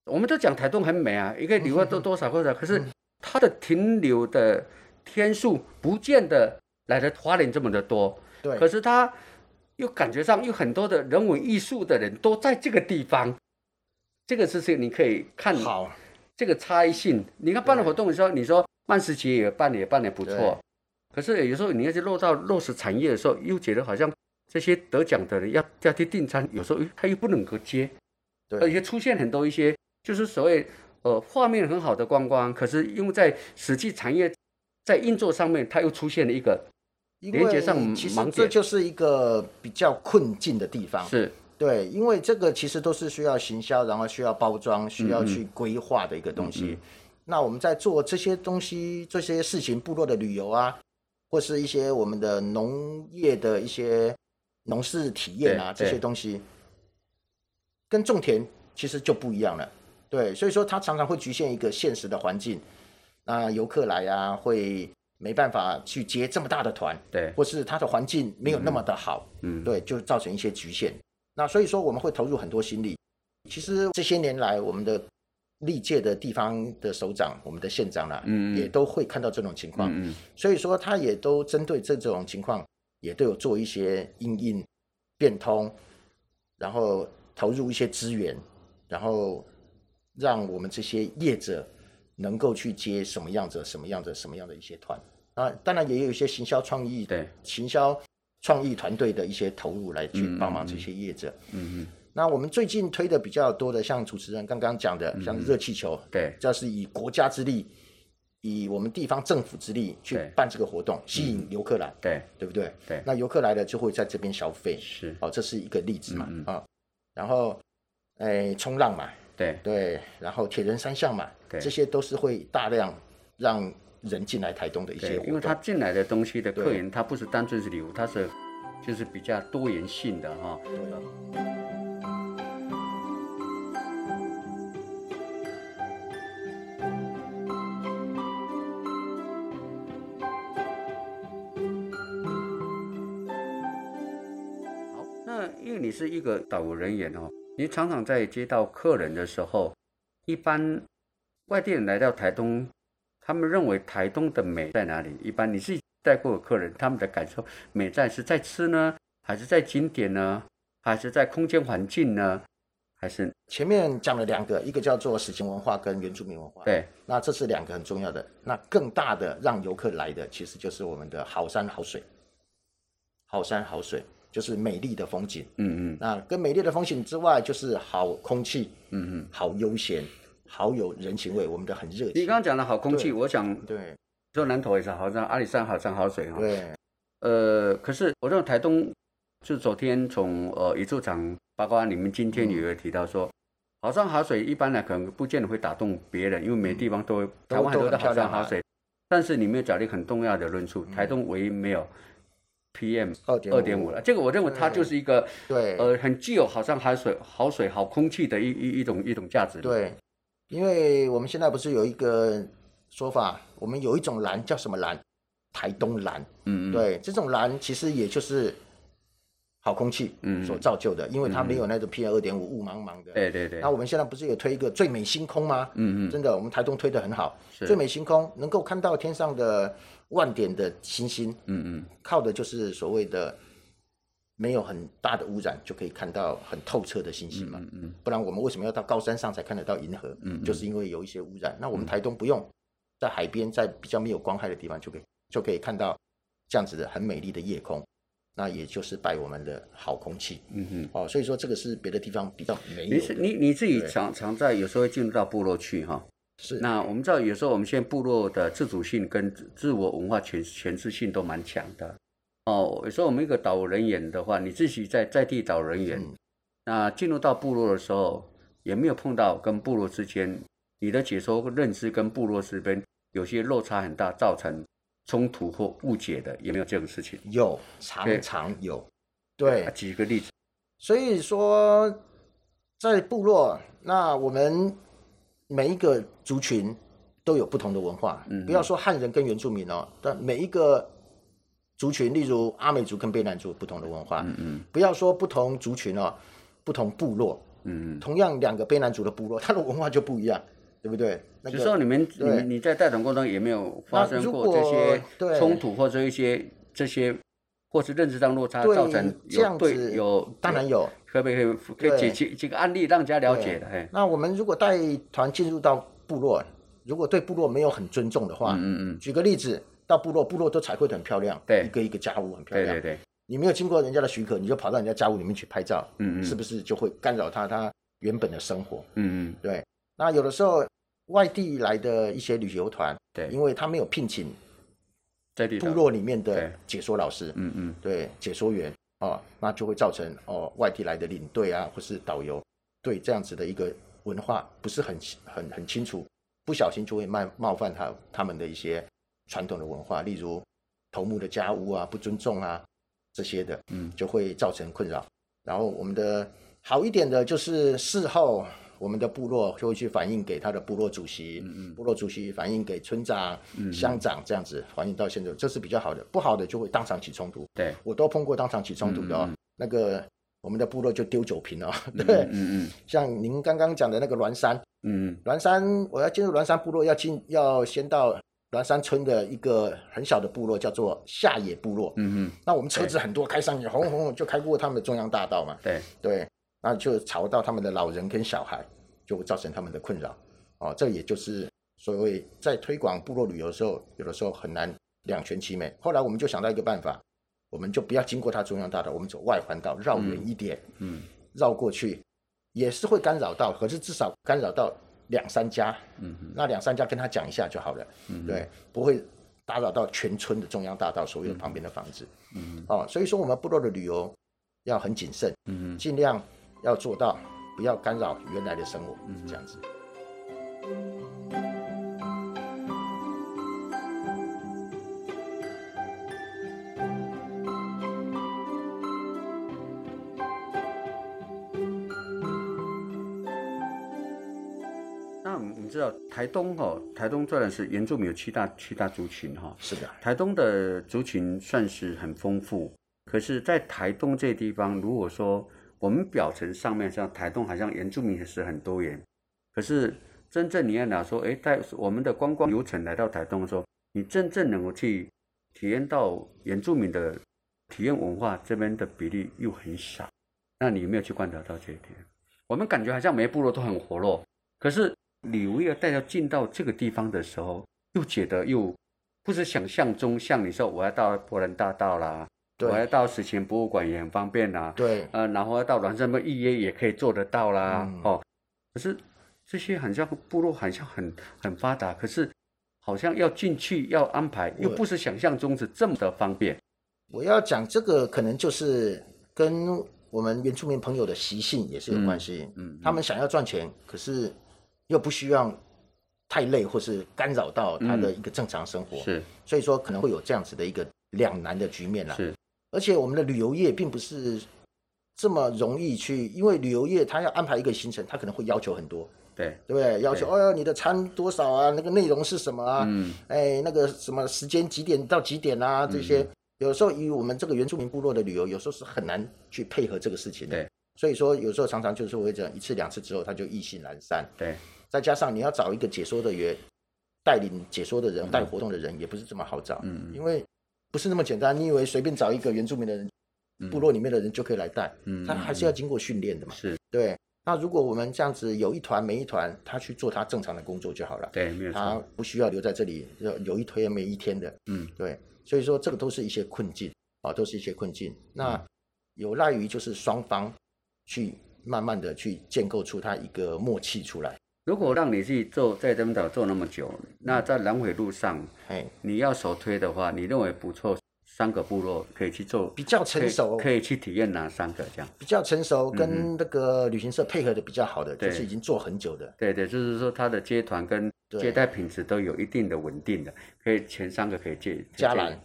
Speaker 1: 我们都讲台东很美啊，一个旅客多多少
Speaker 2: 嗯
Speaker 1: 多少，可是它的停留的天数不见得来的花莲这么的多，
Speaker 2: 对
Speaker 1: 可是它又感觉上有很多的人文艺术的人都在这个地方。这个事情你可以看
Speaker 2: 好，
Speaker 1: 这个差异性。你看办了活动的时候，你说慢时节也办也办得不
Speaker 2: 对
Speaker 1: 错，可是有时候你要去落到落实产业的时候，又觉得好像这些得奖的人要要去订餐，有时候诶他又不能够接，而
Speaker 2: 对
Speaker 1: 且出现很多一些就是所谓呃画面很好的观光，可是因为在实际产业在运作上面，它又出现了一个
Speaker 2: 因
Speaker 1: 连接上
Speaker 2: 为其实
Speaker 1: 盲
Speaker 2: 这
Speaker 1: 点
Speaker 2: 就是一个比较困境的地方，
Speaker 1: 是
Speaker 2: 对，因为这个其实都是需要行销，然后需要包装，需
Speaker 1: 嗯
Speaker 2: 要去规划的一个东西。那我们在做这些东西、这些事情，部落的旅游啊，或是一些我们的农业的一些农事体验啊，
Speaker 1: 对
Speaker 2: 这些东西，跟种田其实就不一样了。对，所以说它常常会局限一个现实的环境，那游客来啊，会没办法去接这么大的团，
Speaker 1: 对
Speaker 2: 或是它的环境没有那么的好，
Speaker 1: 嗯
Speaker 2: 对，就造成一些局限。那所以说我们会投入很多心力。其实这些年来，我们的历届的地方的首长、我们的县长啦、啊
Speaker 1: 嗯嗯
Speaker 2: 也都会看到这种情况，
Speaker 1: 嗯嗯
Speaker 2: 所以说他也都针对这种情况，也都有做一些应应变通，然后投入一些资源，然后让我们这些业者能够去接什么样子、什么样子、什么样的一些团啊，当然也有一些行销创意
Speaker 1: 对
Speaker 2: 行销创意团队的一些投入来去帮忙这些业者。
Speaker 1: 嗯嗯
Speaker 2: 那我们最近推的比较多的，像主持人刚刚讲的，像
Speaker 1: 嗯
Speaker 2: 热气球，
Speaker 1: 对
Speaker 2: 这是以国家之力，以我们地方政府之力去
Speaker 1: 对嗯
Speaker 2: 办这个活动，吸引游客来，
Speaker 1: 对
Speaker 2: 对不对？
Speaker 1: 对
Speaker 2: 那游客来了就会在这边消费，
Speaker 1: 是
Speaker 2: 哦，这是一个例子嘛
Speaker 1: 嗯
Speaker 2: 啊。然后，哎，冲浪嘛，
Speaker 1: 对
Speaker 2: 对，然后铁人三项嘛，
Speaker 1: 对
Speaker 2: 这些都是会大量让人进来台东的一些
Speaker 1: 对
Speaker 2: 活，动。
Speaker 1: 因为他进来的东西的客
Speaker 2: 对
Speaker 1: 源，他不是单纯是旅游，他是就是比较多元性的哈、
Speaker 2: 对啊
Speaker 1: 好，那因为你是一个导游人员哦，你常常在接到客人的时候，一般外地人来到台东，他们认为台东的美在哪里？一般你自己带过的客人，他们的感受美在是在吃呢，还是在景点呢，还是在空间环境呢，还是
Speaker 2: 前面讲了两个，一个叫做史前文化跟原住民文化。，
Speaker 1: 对
Speaker 2: 那这是两个很重要的。那更大的让游客来的，其实就是我们的好山好水。好山好水就是美丽的风景。
Speaker 1: 嗯嗯
Speaker 2: 那跟美丽的风景之外，就是好空气，
Speaker 1: 嗯嗯。
Speaker 2: 好悠闲，好有人情味。我们的很热
Speaker 1: 你
Speaker 2: 情
Speaker 1: 刚。刚讲的好空气，
Speaker 2: 对
Speaker 1: 我想
Speaker 2: 对
Speaker 1: 说南投也是好山，阿里山好山好水哦哈、
Speaker 2: 对
Speaker 1: 呃，可是我认为台东就昨天从呃宇宙场，包括你们今天
Speaker 2: 嗯
Speaker 1: 也有提到说，好山好水一般呢可能不见得会打动别人，因为
Speaker 2: 嗯
Speaker 1: 每个地方都台湾很多的好山好水，但是你没有找到一个很重要的论述，台
Speaker 2: 嗯
Speaker 1: 东唯一没有 PM
Speaker 2: 2.5
Speaker 1: 二点五了，这个我认为它就是一个
Speaker 2: 对。
Speaker 1: 呃很具有好山好水、好水好空气的一一一种一种价值。，
Speaker 2: 对，因为我们现在不是有一个说法，我们有一种蓝叫什么蓝？台东蓝。
Speaker 1: 嗯嗯，
Speaker 2: 对，这种蓝其实也就是好空气
Speaker 1: 嗯
Speaker 2: 所造就的，因为它没有那种 PM 二点五雾茫茫的。
Speaker 1: 对对对
Speaker 2: 那，我们现在不是有推一个最美星空吗？
Speaker 1: 嗯嗯，
Speaker 2: 真的，我们台东推的很好。
Speaker 1: 是
Speaker 2: 最美星空能够看到天上的万点的星星，
Speaker 1: 嗯嗯，
Speaker 2: 靠的就是所谓的没有很大的污染，就可以看到很透彻的星星
Speaker 1: 嗯
Speaker 2: 嘛。不然我们为什么要到高山上才看得到银河？
Speaker 1: 嗯嗯
Speaker 2: 就是因为有一些污染。那我们台东不用，在海边，在比较没有光害的地方就可以就可以看到这样子的很美丽的夜空。那也就是拜我们的好空气。嗯嗯。哦，所以说这个是别的地方比较没有
Speaker 1: 你
Speaker 2: 的。
Speaker 1: 是你你自己常常在有时候会进入到部落去哈。
Speaker 2: 是
Speaker 1: 那我们知道，有时候我们现在部落的自主性跟自自我文化诠诠释性都蛮强的。哦，有时候我们一个导游人员的话，你自己在在地导游人员，
Speaker 2: 嗯
Speaker 1: 那进入到部落的时候，也没有碰到跟部落之间你的解说认知跟部落之间有些落差很大，造成冲突或误解的，也没有这种事情。
Speaker 2: 有
Speaker 1: 对
Speaker 2: 常常有。对
Speaker 1: 啊，举个例子，
Speaker 2: 所以说，在部落，那我们每一个族群都有不同的文化，
Speaker 1: 嗯
Speaker 2: 不要说汉人跟原住民哦，但每一个族群，例如阿美族跟卑南族不同的文化，
Speaker 1: 嗯嗯
Speaker 2: 不要说不同族群哦，不同部落，
Speaker 1: 嗯嗯。
Speaker 2: 同样两个卑南族的部落，它的文化就不一样，对不对？那
Speaker 1: 就说
Speaker 2: 个
Speaker 1: 你们你
Speaker 2: 对
Speaker 1: 们你在带团过程中也没有发生过
Speaker 2: 那
Speaker 1: 这
Speaker 2: 如果
Speaker 1: 些
Speaker 2: 对
Speaker 1: 冲突或者一些这些，或是认知上落差
Speaker 2: 对
Speaker 1: 造成
Speaker 2: 这样
Speaker 1: 有
Speaker 2: 子
Speaker 1: 对有
Speaker 2: 当然有。
Speaker 1: 可不可以可以
Speaker 2: 对
Speaker 1: 解几几个案例让人家了解
Speaker 2: 对
Speaker 1: 的？嘿，
Speaker 2: 那我们如果带团进入到部落，如果对部落没有很尊重的话，
Speaker 1: 嗯嗯嗯，
Speaker 2: 举个例子，到部落，部落都彩绘的很漂亮，
Speaker 1: 对
Speaker 2: 一个一个家屋很漂
Speaker 1: 对
Speaker 2: 亮。
Speaker 1: 对对，
Speaker 2: 你没有经过人家的许可，你就跑到人家家屋里面去拍照，
Speaker 1: 嗯嗯
Speaker 2: 是不是就会干扰他他原本的生活？
Speaker 1: 嗯嗯
Speaker 2: 对。那有的时候外地来的一些旅游团，
Speaker 1: 对，
Speaker 2: 因为他没有聘请
Speaker 1: 在地
Speaker 2: 部
Speaker 1: 头，
Speaker 2: 落里面的
Speaker 1: 对
Speaker 2: 解说老师，
Speaker 1: 嗯嗯
Speaker 2: 对解说员哦，那就会造成哦外地来的领队啊或是导游对这样子的一个文化不是很很很清楚，不小心就会冒冒犯他他们的一些传统的文化，例如头目的家屋啊不尊重啊这些的，
Speaker 1: 嗯
Speaker 2: 就会造成困扰。然后我们的好一点的就是事后。我们的部落就会去反映给他的部落主
Speaker 1: 嗯
Speaker 2: 席，部落主席反映给村长、乡长这样子，反映到现在，这是比较好的。不好的就会当场起冲突，
Speaker 1: 对，
Speaker 2: 我都碰过当场起冲突的哦。
Speaker 1: 嗯嗯
Speaker 2: 那个我们的部落就丢酒瓶哦， [LAUGHS] 对，
Speaker 1: 嗯嗯
Speaker 2: 像您刚刚讲的那个栾山，
Speaker 1: 嗯
Speaker 2: 栾山我要进入栾山部落，要进要先到栾山村的一个很小的部落，叫做下野部落。
Speaker 1: 嗯嗯，
Speaker 2: 那我们车子很多，开上野，轰轰轰就开过他们的中央大道嘛，
Speaker 1: 对，
Speaker 2: 对，那就吵到他们的老人跟小孩，就会造成他们的困扰。哦，这也就是所谓在推广部落旅游的时候，有的时候很难两全其美。后来我们就想到一个办法，我们就不要经过它中央大道，我们走外环道，绕远一点，
Speaker 1: 嗯
Speaker 2: 绕过去，也是会干扰到，可是至少干扰到两三家，
Speaker 1: 嗯
Speaker 2: 那两三家跟他讲一下就好了，
Speaker 1: 嗯
Speaker 2: 对，不会打扰到全村的中央大道所有旁边的房子。
Speaker 1: 嗯
Speaker 2: 哦，所以说我们部落的旅游要很谨慎，
Speaker 1: 嗯嗯，
Speaker 2: 尽量要做到不要干扰原来的生活，
Speaker 1: 嗯
Speaker 2: 这样子。
Speaker 1: 们知道台东哈、哦，台东虽然是原住民有七大七大族群哈、
Speaker 2: 是的，
Speaker 1: 台东的族群算是很丰富，可是，在台东这地方，如果说我们表层上面像台东，好像原住民也是很多元，可是真正你要拿说，哎，在我们的观光游程来到台东的时候，你真正能够去体验到原住民的体验文化，这边的比例又很少。那你有没有去观察到这一点？我们感觉好像每个部落都很活络，可是旅游业带到进到这个地方的时候，又觉得又不是想象中像你说我要到波兰大道啦，我要
Speaker 2: 对
Speaker 1: 到史前博物馆也很方便啦，
Speaker 2: 对，
Speaker 1: 呃，然后要到软山的预约也可以做得到啦，
Speaker 2: 嗯
Speaker 1: 哦，可是这些好像部落好像很很发达，可是好像要进去要安排，又
Speaker 2: 对
Speaker 1: 不是想象中是这么的方便，
Speaker 2: 我要讲这个可能就是跟我们原住民朋友的习性也是有关系。
Speaker 1: 嗯嗯
Speaker 2: 他们想要赚钱，可是又不希望太累或是干扰到他的一个正常生活，
Speaker 1: 嗯是
Speaker 2: 所以说可能会有这样子的一个两难的局面啦。
Speaker 1: 是，
Speaker 2: 而且我们的旅游业并不是这么容易去，因为旅游业他要安排一个行程，他可能会要求很多，
Speaker 1: 对，
Speaker 2: 对不对？要求
Speaker 1: 对
Speaker 2: 哦，你的餐多少啊？那个内容是什么啊？
Speaker 1: 嗯，
Speaker 2: 哎，那个什么时间几点到几点啊，这
Speaker 1: 嗯
Speaker 2: 些、有时候以我们这个原住民部落的旅游，有时候是很难去配合这个事情的
Speaker 1: 对。
Speaker 2: 所以说，有时候常常就是会这样一次两次之后，他就意兴阑珊。
Speaker 1: 对，
Speaker 2: 再加上你要找一个解说的员，带领解说的人、带活动的人，也不是这么好找，
Speaker 1: 嗯
Speaker 2: 因为不是那么简单。你以为随便找一个原住民的人，
Speaker 1: 嗯
Speaker 2: 部落里面的人就可以来带，
Speaker 1: 嗯
Speaker 2: 他还是要经过训练的嘛。
Speaker 1: 是
Speaker 2: 对，那如果我们这样子有一团没一团，他去做他正常的工作就好了。
Speaker 1: 对，没有
Speaker 2: 他
Speaker 1: 错，
Speaker 2: 不需要留在这里，有有一天没一天的，
Speaker 1: 嗯，
Speaker 2: 对，所以说这个都是一些困境啊，都是一些困境。
Speaker 1: 嗯
Speaker 2: 那有赖于就是双方去慢慢的去建构出他一个默契出来，
Speaker 1: 如果让你去做在登岛做那么久，
Speaker 2: 嗯
Speaker 1: 那在南回路上
Speaker 2: 哎，
Speaker 1: 你要首推的话，你认为不错，三个部落可以去做，
Speaker 2: 比较成熟
Speaker 1: 可以，可以去体验哪三个这样？
Speaker 2: 比较成熟，
Speaker 1: 嗯
Speaker 2: 跟那个旅行社配合的比较好的，
Speaker 1: 对
Speaker 2: 就是已经做很久的，
Speaker 1: 对对，就是说它的接团跟
Speaker 2: 对
Speaker 1: 接待品质都有一定的稳定的，可以前三个可以接
Speaker 2: 嘉兰，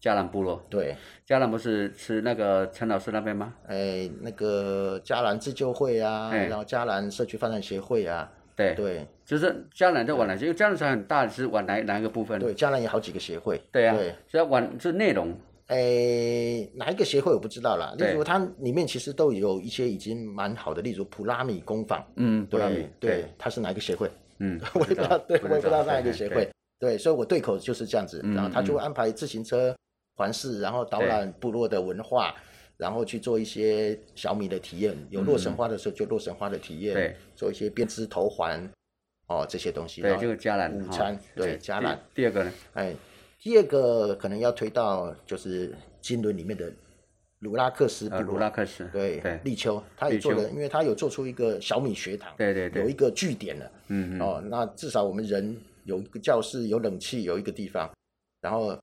Speaker 1: 嘉兰部落，
Speaker 2: 对，
Speaker 1: 嘉兰不是吃那个陈老师那边吗？
Speaker 2: 哎，那个嘉兰自救会啊，
Speaker 1: 哎
Speaker 2: 然后嘉兰社区发展协会啊，
Speaker 1: 对，
Speaker 2: 对
Speaker 1: 就是嘉兰在往南，因为嘉兰是很大，是往哪哪一个部分？
Speaker 2: 对，嘉兰有好几个协会，
Speaker 1: 嗯对啊
Speaker 2: 对，
Speaker 1: 是要往是内容，
Speaker 2: 诶，哪一个协会我不知道啦。例
Speaker 1: 对
Speaker 2: 如它里面其实都有一些已经蛮好的，例如普拉米工坊，
Speaker 1: 嗯，布拉米
Speaker 2: 对，对，，它是哪一个协会？
Speaker 1: 嗯，
Speaker 2: [LAUGHS] 我也不知道，对，我也不知道
Speaker 1: 那
Speaker 2: 哪一个协会。对，所以我对口就是这样子，
Speaker 1: 嗯
Speaker 2: 然后他就会安排自行车环视，然后导览部落的文化，然后去做一些小米的体验，有洛神花的时候就洛神花的体验，
Speaker 1: 嗯对，
Speaker 2: 做一些编织头环，哦这些东西。
Speaker 1: 对，
Speaker 2: 然后
Speaker 1: 就是嘉兰
Speaker 2: 午
Speaker 1: 哈
Speaker 2: 餐对嘉兰
Speaker 1: 第第二个呢，
Speaker 2: 哎，第二个可能要推到就是金轮里面的鲁拉克斯部
Speaker 1: 呃，
Speaker 2: 落，
Speaker 1: 卢拉克斯，
Speaker 2: 对
Speaker 1: 对，
Speaker 2: 立秋，他也
Speaker 1: 立秋
Speaker 2: 做了，因为他有做出一个小米学堂，
Speaker 1: 对对对
Speaker 2: 有一个据点了、
Speaker 1: 嗯嗯，
Speaker 2: 哦。那至少我们人有一个教室，有冷气，有一个地方，然后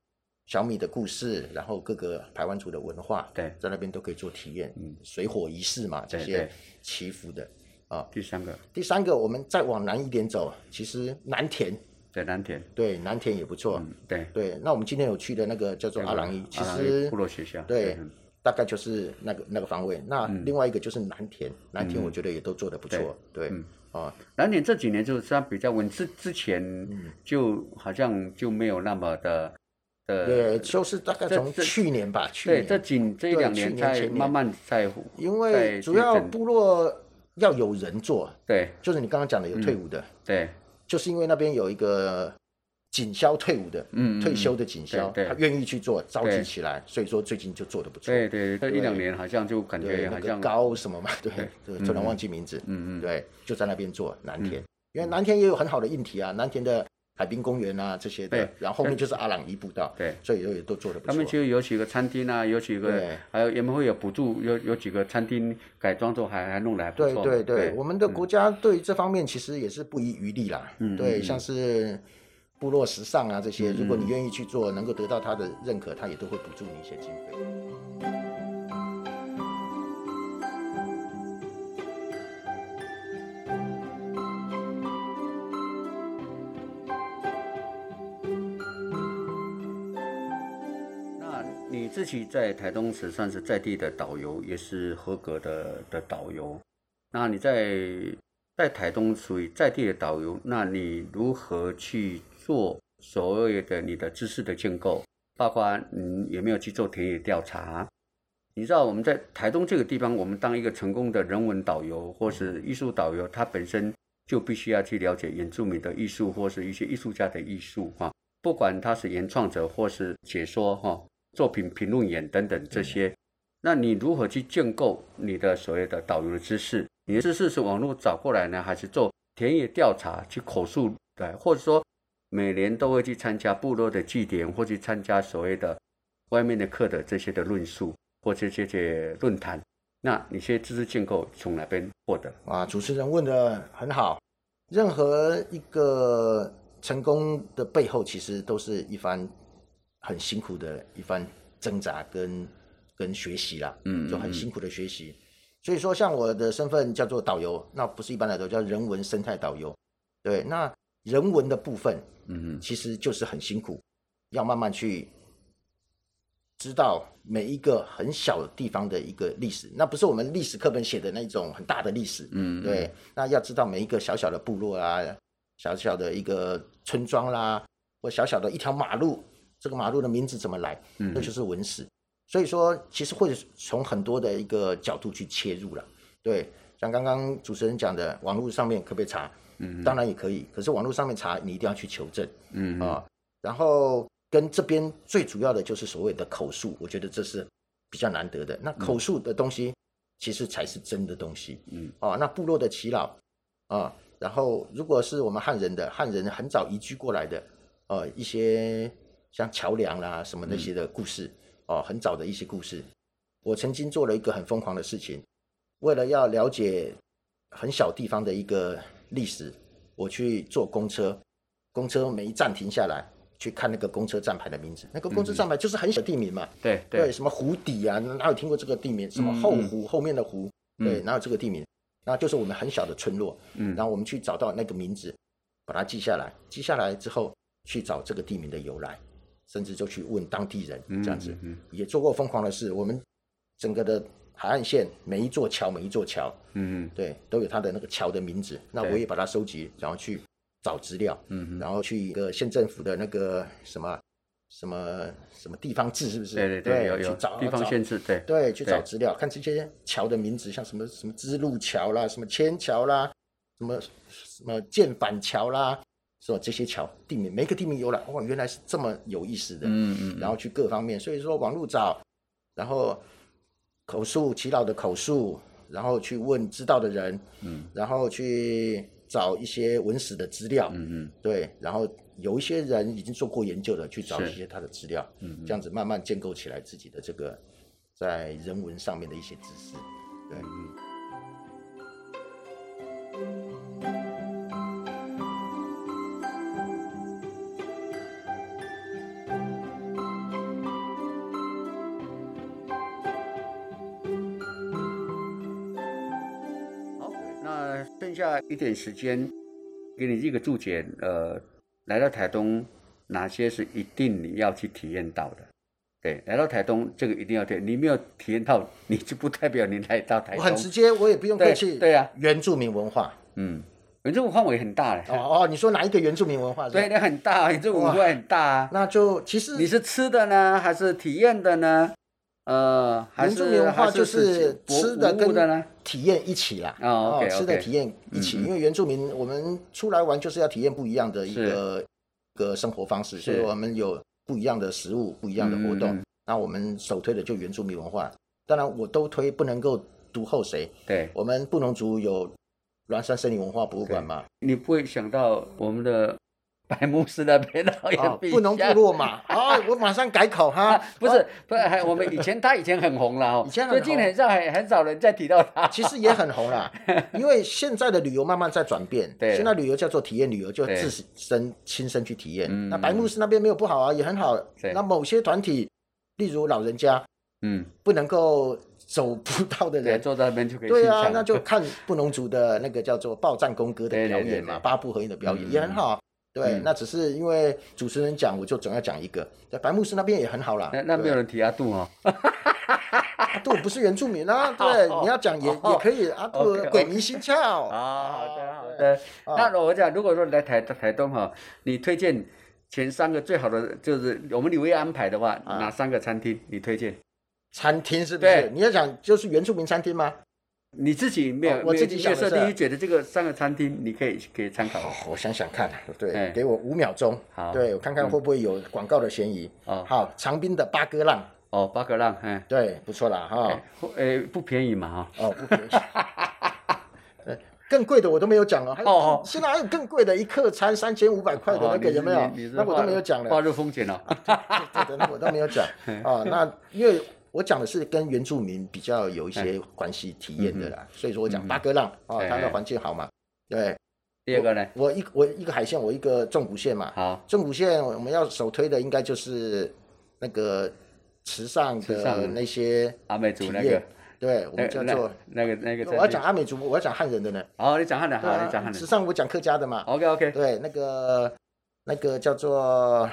Speaker 2: 小米的故事，然后各个台湾族的文化，
Speaker 1: 对
Speaker 2: 在那边都可以做体验，
Speaker 1: 嗯
Speaker 2: 水火仪式嘛，这
Speaker 1: 对
Speaker 2: 些
Speaker 1: 对
Speaker 2: 祈福的。啊
Speaker 1: 第三个
Speaker 2: 第三个，我们再往南一点走，其实南田，
Speaker 1: 对南田，
Speaker 2: 对，南田也不错。
Speaker 1: 嗯，对，
Speaker 2: 对，那我们今天有去的那个叫做阿朗伊，其
Speaker 1: 阿朗
Speaker 2: 实
Speaker 1: 伊部落学校，
Speaker 2: 对
Speaker 1: 嗯，
Speaker 2: 大概就是那个那个方位。那另外一个就是南田，
Speaker 1: 嗯
Speaker 2: 南田我觉得也都做得不错，对，啊，
Speaker 1: 南点这几年就是它比较稳，之之前
Speaker 2: 嗯
Speaker 1: 就好像就没有那么的的，
Speaker 2: 对，就是大概从
Speaker 1: 呃这
Speaker 2: 去年吧，去
Speaker 1: 对，这
Speaker 2: 年，
Speaker 1: 几这一
Speaker 2: 对
Speaker 1: 两
Speaker 2: 去
Speaker 1: 年
Speaker 2: 年
Speaker 1: 才
Speaker 2: 前年
Speaker 1: 慢慢在
Speaker 2: 因
Speaker 1: 在
Speaker 2: 为主要部落要有人做，
Speaker 1: 对
Speaker 2: 就是你刚刚讲的有
Speaker 1: 嗯
Speaker 2: 退伍的，
Speaker 1: 对
Speaker 2: 就是因为那边有一个警消退伍的，
Speaker 1: 嗯嗯
Speaker 2: 退休的警消，
Speaker 1: 对对
Speaker 2: 他愿意去做，召集
Speaker 1: 对
Speaker 2: 起来，所以说最近就做得不错。
Speaker 1: 嗯对对，这一两年好像就感
Speaker 2: 对，
Speaker 1: 觉
Speaker 2: 那
Speaker 1: 好
Speaker 2: 个
Speaker 1: 像
Speaker 2: 高什么嘛，对对，突然忘记名字，
Speaker 1: 嗯嗯
Speaker 2: 对，就在那边做南田，因为南田也有很好的硬体啊，南田的海滨公园啊这些的
Speaker 1: 对，
Speaker 2: 然后后面就是阿朗伊步道，
Speaker 1: 对
Speaker 2: 所以都也都做的不
Speaker 1: 他们
Speaker 2: 错。
Speaker 1: 就有几个餐厅啊，有几个
Speaker 2: 对，
Speaker 1: 还有也们会有补助，有有几个餐厅改装之后还还弄得还不
Speaker 2: 对
Speaker 1: 错。嗯
Speaker 2: 对对，我们的国家对于这方面其实也是不遗余力啦。
Speaker 1: 嗯
Speaker 2: 对，像是部落时尚啊这些，如果你愿意去做，能够得到他的认可，他也都会补助你一些经费。
Speaker 1: 那你自己在台东时算是在地的导游，也是合格的的导游。那你在在台东属于在地的导游，那你如何去做所谓的你的知识的建构？包括你有没有去做田野调查？你知道我们在台东这个地方，我们当一个成功的人文导游或是艺术导游，他本身就必须要去了解原住民的艺术或是一些艺术家的艺术哈，不管他是原创者或是解说哈、作品评论员等等这些。那你如何去建构你的所谓的导游的知识？你的知识是网络找过来呢，还是做田野调查去口述来，或者说每年都会去参加部落的祭典，或去参加所谓的外面的课的这些的论述，或者这些论坛？那你些知识建构从哪边获得？
Speaker 2: 啊，主持人问的很好。任何一个成功的背后，其实都是一番很辛苦的一番挣扎跟跟学习啦，
Speaker 1: 嗯嗯
Speaker 2: 就很
Speaker 1: 嗯
Speaker 2: 辛苦的学习。所以说，像我的身份叫做导游，那不是一般的导游，叫人文生态导游。对，那人文的部分
Speaker 1: 嗯
Speaker 2: 其实就是很辛苦，要慢慢去知道每一个很小地方的一个历史，那不是我们历史课本写的那种很大的历史，
Speaker 1: 嗯，
Speaker 2: 对，那要知道每一个小小的部落啊，小小的一个村庄啦，或小小的一条马路，这个马路的名字怎么来，
Speaker 1: 嗯
Speaker 2: 这就是文史。所以说，其实会从很多的一个角度去切入了。对，像刚刚主持人讲的，网络上面可不可以查？
Speaker 1: 嗯
Speaker 2: 当然也可以，可是网络上面查，你一定要去求证。
Speaker 1: 嗯
Speaker 2: 啊、然后跟这边最主要的就是所谓的口述，我觉得这是比较难得的。那口述的东西其实才是真的东西，
Speaker 1: 嗯，
Speaker 2: 哦，那部落的耆老啊、然后如果是我们汉人的汉人很早移居过来的，呃，一些像桥梁啦什么那些的故事，
Speaker 1: 嗯
Speaker 2: 哦，很早的一些故事。我曾经做了一个很疯狂的事情，为了要了解很小地方的一个历史，我去坐公车，公车每一站停下来去看那个公车站牌的名字，那个公车站牌就是很小地名嘛，
Speaker 1: 嗯对
Speaker 2: 对，
Speaker 1: 对，
Speaker 2: 什么湖底啊，哪有听过这个地名？什么后湖、后面的湖，对，
Speaker 1: 嗯
Speaker 2: 哪有这个地名？然后就是我们很小的村落，
Speaker 1: 嗯
Speaker 2: 然后我们去找到那个名字，把它记下来，记下来之后去找这个地名的由来，甚至就去问当地人，这样子、
Speaker 1: 嗯
Speaker 2: 也做过疯狂的事。我们整个的海岸线每一座桥，每一座桥，
Speaker 1: 嗯
Speaker 2: 对，都有它的那个桥的名字。那
Speaker 1: 对
Speaker 2: 我也把它收集，然后去找资料，
Speaker 1: 嗯嗯，
Speaker 2: 然后去一个县政府的那个什么什么什么地方志，是不是？
Speaker 1: 对对对，有有
Speaker 2: 去找
Speaker 1: 地方
Speaker 2: 找
Speaker 1: 限制，对
Speaker 2: 对，去找
Speaker 1: 对
Speaker 2: 资料，看这些桥的名字，像什么什么支路桥啦，什么千桥啦，什么什么剑板桥啦，是吧？这些桥地名，每个地名由来，哦，原来是这么有意思的。
Speaker 1: 嗯嗯，
Speaker 2: 然后去各方面，所以说网络找，然后口述祈祷的口述，然后去问知道的人，
Speaker 1: 嗯，
Speaker 2: 然后去找一些文史的资料，
Speaker 1: 嗯嗯
Speaker 2: 对，然后有一些人已经做过研究的，去找
Speaker 1: 是
Speaker 2: 一些他的资料，
Speaker 1: 嗯嗯
Speaker 2: 这样子慢慢建构起来自己的这个在人文上面的一些知识。对，
Speaker 1: 好，那剩下一点时间，给你一个注解。呃，来到台东，哪些是一定你要去体验到的？对，来到台东这个一定要体验，你没有体验到，你就不代表你来到台
Speaker 2: 我
Speaker 1: 东。
Speaker 2: 很直接，我也不用客
Speaker 1: 对
Speaker 2: 气。
Speaker 1: 对啊
Speaker 2: 原住民文化。
Speaker 1: 嗯，原住民范围很大嘞。
Speaker 2: 哦哦，你说哪一个原住民文化？
Speaker 1: 对，，那很大，原住民范围很大啊。
Speaker 2: 那就其实
Speaker 1: 你是吃的呢，还是体验的呢？呃，还
Speaker 2: 原
Speaker 1: 是
Speaker 2: 住民文化
Speaker 1: 还
Speaker 2: 就是是
Speaker 1: 博
Speaker 2: 吃的
Speaker 1: 博物
Speaker 2: 跟
Speaker 1: 的呢？
Speaker 2: 体验一起啦。
Speaker 1: 哦，OK，OK
Speaker 2: 吃的体验一起，
Speaker 1: 嗯嗯
Speaker 2: 因为原住民我们出来玩就是要体验不一样的一个一个生活方式，
Speaker 1: 是
Speaker 2: 所以我们有不一样的食物、不一样的活动。
Speaker 1: 嗯嗯
Speaker 2: 那我们首推的就原住民文化，当然我都推，不能够独后谁。
Speaker 1: 对，
Speaker 2: 我们布农族有栾山森林文化博物馆嘛，
Speaker 1: 你不会想到我们的 [LAUGHS] 白牧师那边老
Speaker 2: 啊，
Speaker 1: 也比
Speaker 2: 布农部
Speaker 1: 较
Speaker 2: 落嘛，啊，我马上改口哈
Speaker 1: 啊，，不是，不是，还我们以前他以前很红了哦，
Speaker 2: 哦以前很
Speaker 1: 最近
Speaker 2: 红
Speaker 1: 很少很很少人在提到他。
Speaker 2: 其实也很红
Speaker 1: [LAUGHS]
Speaker 2: 啦，因为现在的旅游慢慢在转变。
Speaker 1: 对
Speaker 2: 现在旅游叫做体验旅游，就
Speaker 1: 对
Speaker 2: 自身亲身去体
Speaker 1: 嗯
Speaker 2: 验。那白慕斯那边没有不好啊，也很好
Speaker 1: 对。
Speaker 2: 那某些团体，例如老人家
Speaker 1: 嗯，
Speaker 2: 不能够走步道的
Speaker 1: 对，
Speaker 2: 人，
Speaker 1: 坐在那边就可以欣
Speaker 2: 对啊，
Speaker 1: 赏。
Speaker 2: 那就看布农族的那个叫做报战公歌的
Speaker 1: 对对
Speaker 2: 表
Speaker 1: 对
Speaker 2: 演
Speaker 1: 对
Speaker 2: 嘛，八部合音的表
Speaker 1: 嗯
Speaker 2: 演也很好。对
Speaker 1: 嗯，
Speaker 2: 那只是因为主持人讲，我就总要讲一个。在白慕斯那边也很好啦。
Speaker 1: 那那没有人提阿杜哦。
Speaker 2: 阿杜不是原住
Speaker 1: [LAUGHS]
Speaker 2: 民啊，
Speaker 1: 哦
Speaker 2: 对，你要讲也也可以，阿杜
Speaker 1: OK，OK
Speaker 2: 鬼迷心窍
Speaker 1: 啊，好的好
Speaker 2: 哦对哦
Speaker 1: 的。那我讲，如果说来台台东哈，你推荐前三个最好的，就是我们你会安排的话，
Speaker 2: 啊
Speaker 1: 哪三个餐厅你推荐？
Speaker 2: 餐厅是不是
Speaker 1: 对？
Speaker 2: 你要讲就是原住民餐厅吗？
Speaker 1: 你自己没有
Speaker 2: 哦
Speaker 1: 没有
Speaker 2: 我自己
Speaker 1: 没
Speaker 2: 想
Speaker 1: 有设
Speaker 2: 的是
Speaker 1: 定，你觉得这个三个餐厅你可以可以参考
Speaker 2: 哦，我想想看，对
Speaker 1: 哎，
Speaker 2: 给我五秒钟
Speaker 1: 好，
Speaker 2: 对我看看会不会有广告的嫌疑。
Speaker 1: 哦
Speaker 2: 好，长滨的八哥浪，
Speaker 1: 哦，八格浪，哎，
Speaker 2: 对，不错啦哈
Speaker 1: 哎。呃，不便宜嘛哈。
Speaker 2: 哦，不便宜。呃 [LAUGHS] 更贵的我都没有讲了，还有
Speaker 1: 哦哦
Speaker 2: 现在还有更贵的，一客餐三千五百块的那
Speaker 1: 哦
Speaker 2: 个
Speaker 1: 你
Speaker 2: 有没有
Speaker 1: 你你？是
Speaker 2: 那我
Speaker 1: 划
Speaker 2: 都没有讲了。哦
Speaker 1: 划入风险了。 [LAUGHS]
Speaker 2: 对对，那我都没有 [LAUGHS] 讲啊。那因为我讲的是跟原住民比较有一些关系体验的啦，所以说我讲八哥浪啊，
Speaker 1: 哎
Speaker 2: 它的环境好嘛。对
Speaker 1: 第二个呢？
Speaker 2: 我一我一个海线，我一个纵谷线嘛。
Speaker 1: 好，
Speaker 2: 纵谷线我们要首推的应该就是那个池上
Speaker 1: 池上
Speaker 2: 的那些
Speaker 1: 阿美
Speaker 2: 体
Speaker 1: 族那个
Speaker 2: 验，，对，我
Speaker 1: 那
Speaker 2: 们叫做
Speaker 1: 那。那个那个餐
Speaker 2: 我
Speaker 1: 厅。
Speaker 2: 要讲阿美族，我要讲汉人的呢。
Speaker 1: 好，你讲汉人，
Speaker 2: 对
Speaker 1: 好，
Speaker 2: 啊
Speaker 1: 你讲汉
Speaker 2: 池
Speaker 1: 人。哦
Speaker 2: 上我讲客家的嘛。
Speaker 1: OK OK，
Speaker 2: 对，那个那个叫做，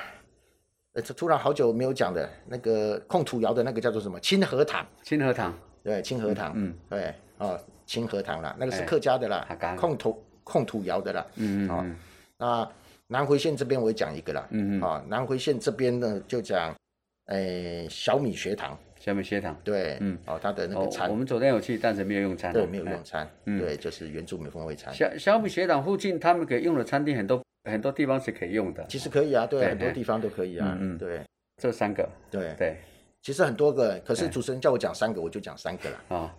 Speaker 2: 呃，突突然好久没有讲的那个控土窑的那个叫做什么清河堂，
Speaker 1: 清河堂，
Speaker 2: 对，清河堂，
Speaker 1: 嗯，
Speaker 2: 对，哦，清河堂啦，那个是
Speaker 1: 哎
Speaker 2: 客家的啦
Speaker 1: 客，家的
Speaker 2: 控土控土窑的啦。
Speaker 1: 嗯嗯
Speaker 2: 好
Speaker 1: 嗯
Speaker 2: 那南回县这边我也讲一个啦，
Speaker 1: 嗯嗯，
Speaker 2: 啊、南回县这边呢就讲，哎，小米学堂，
Speaker 1: 下面学堂。
Speaker 2: 对，
Speaker 1: 嗯，
Speaker 2: 哦，它的那个
Speaker 1: 哦，
Speaker 2: 餐
Speaker 1: 我，们昨天有去，但是没有用餐。
Speaker 2: 对，没有
Speaker 1: 哎
Speaker 2: 用餐，
Speaker 1: 嗯
Speaker 2: 对，就是原住民风味餐。
Speaker 1: 小小米学长附近，他们可以用的餐厅很多，很多地方是可以用的。
Speaker 2: 其实可以啊，对，
Speaker 1: 对
Speaker 2: 很多
Speaker 1: 对
Speaker 2: 地方都可以啊，
Speaker 1: 嗯嗯
Speaker 2: 对
Speaker 1: 这三个，
Speaker 2: 对
Speaker 1: 对
Speaker 2: 其实很多个，可是
Speaker 1: 哎
Speaker 2: 主持人叫我讲三个，我就讲三个啦。
Speaker 1: 啊、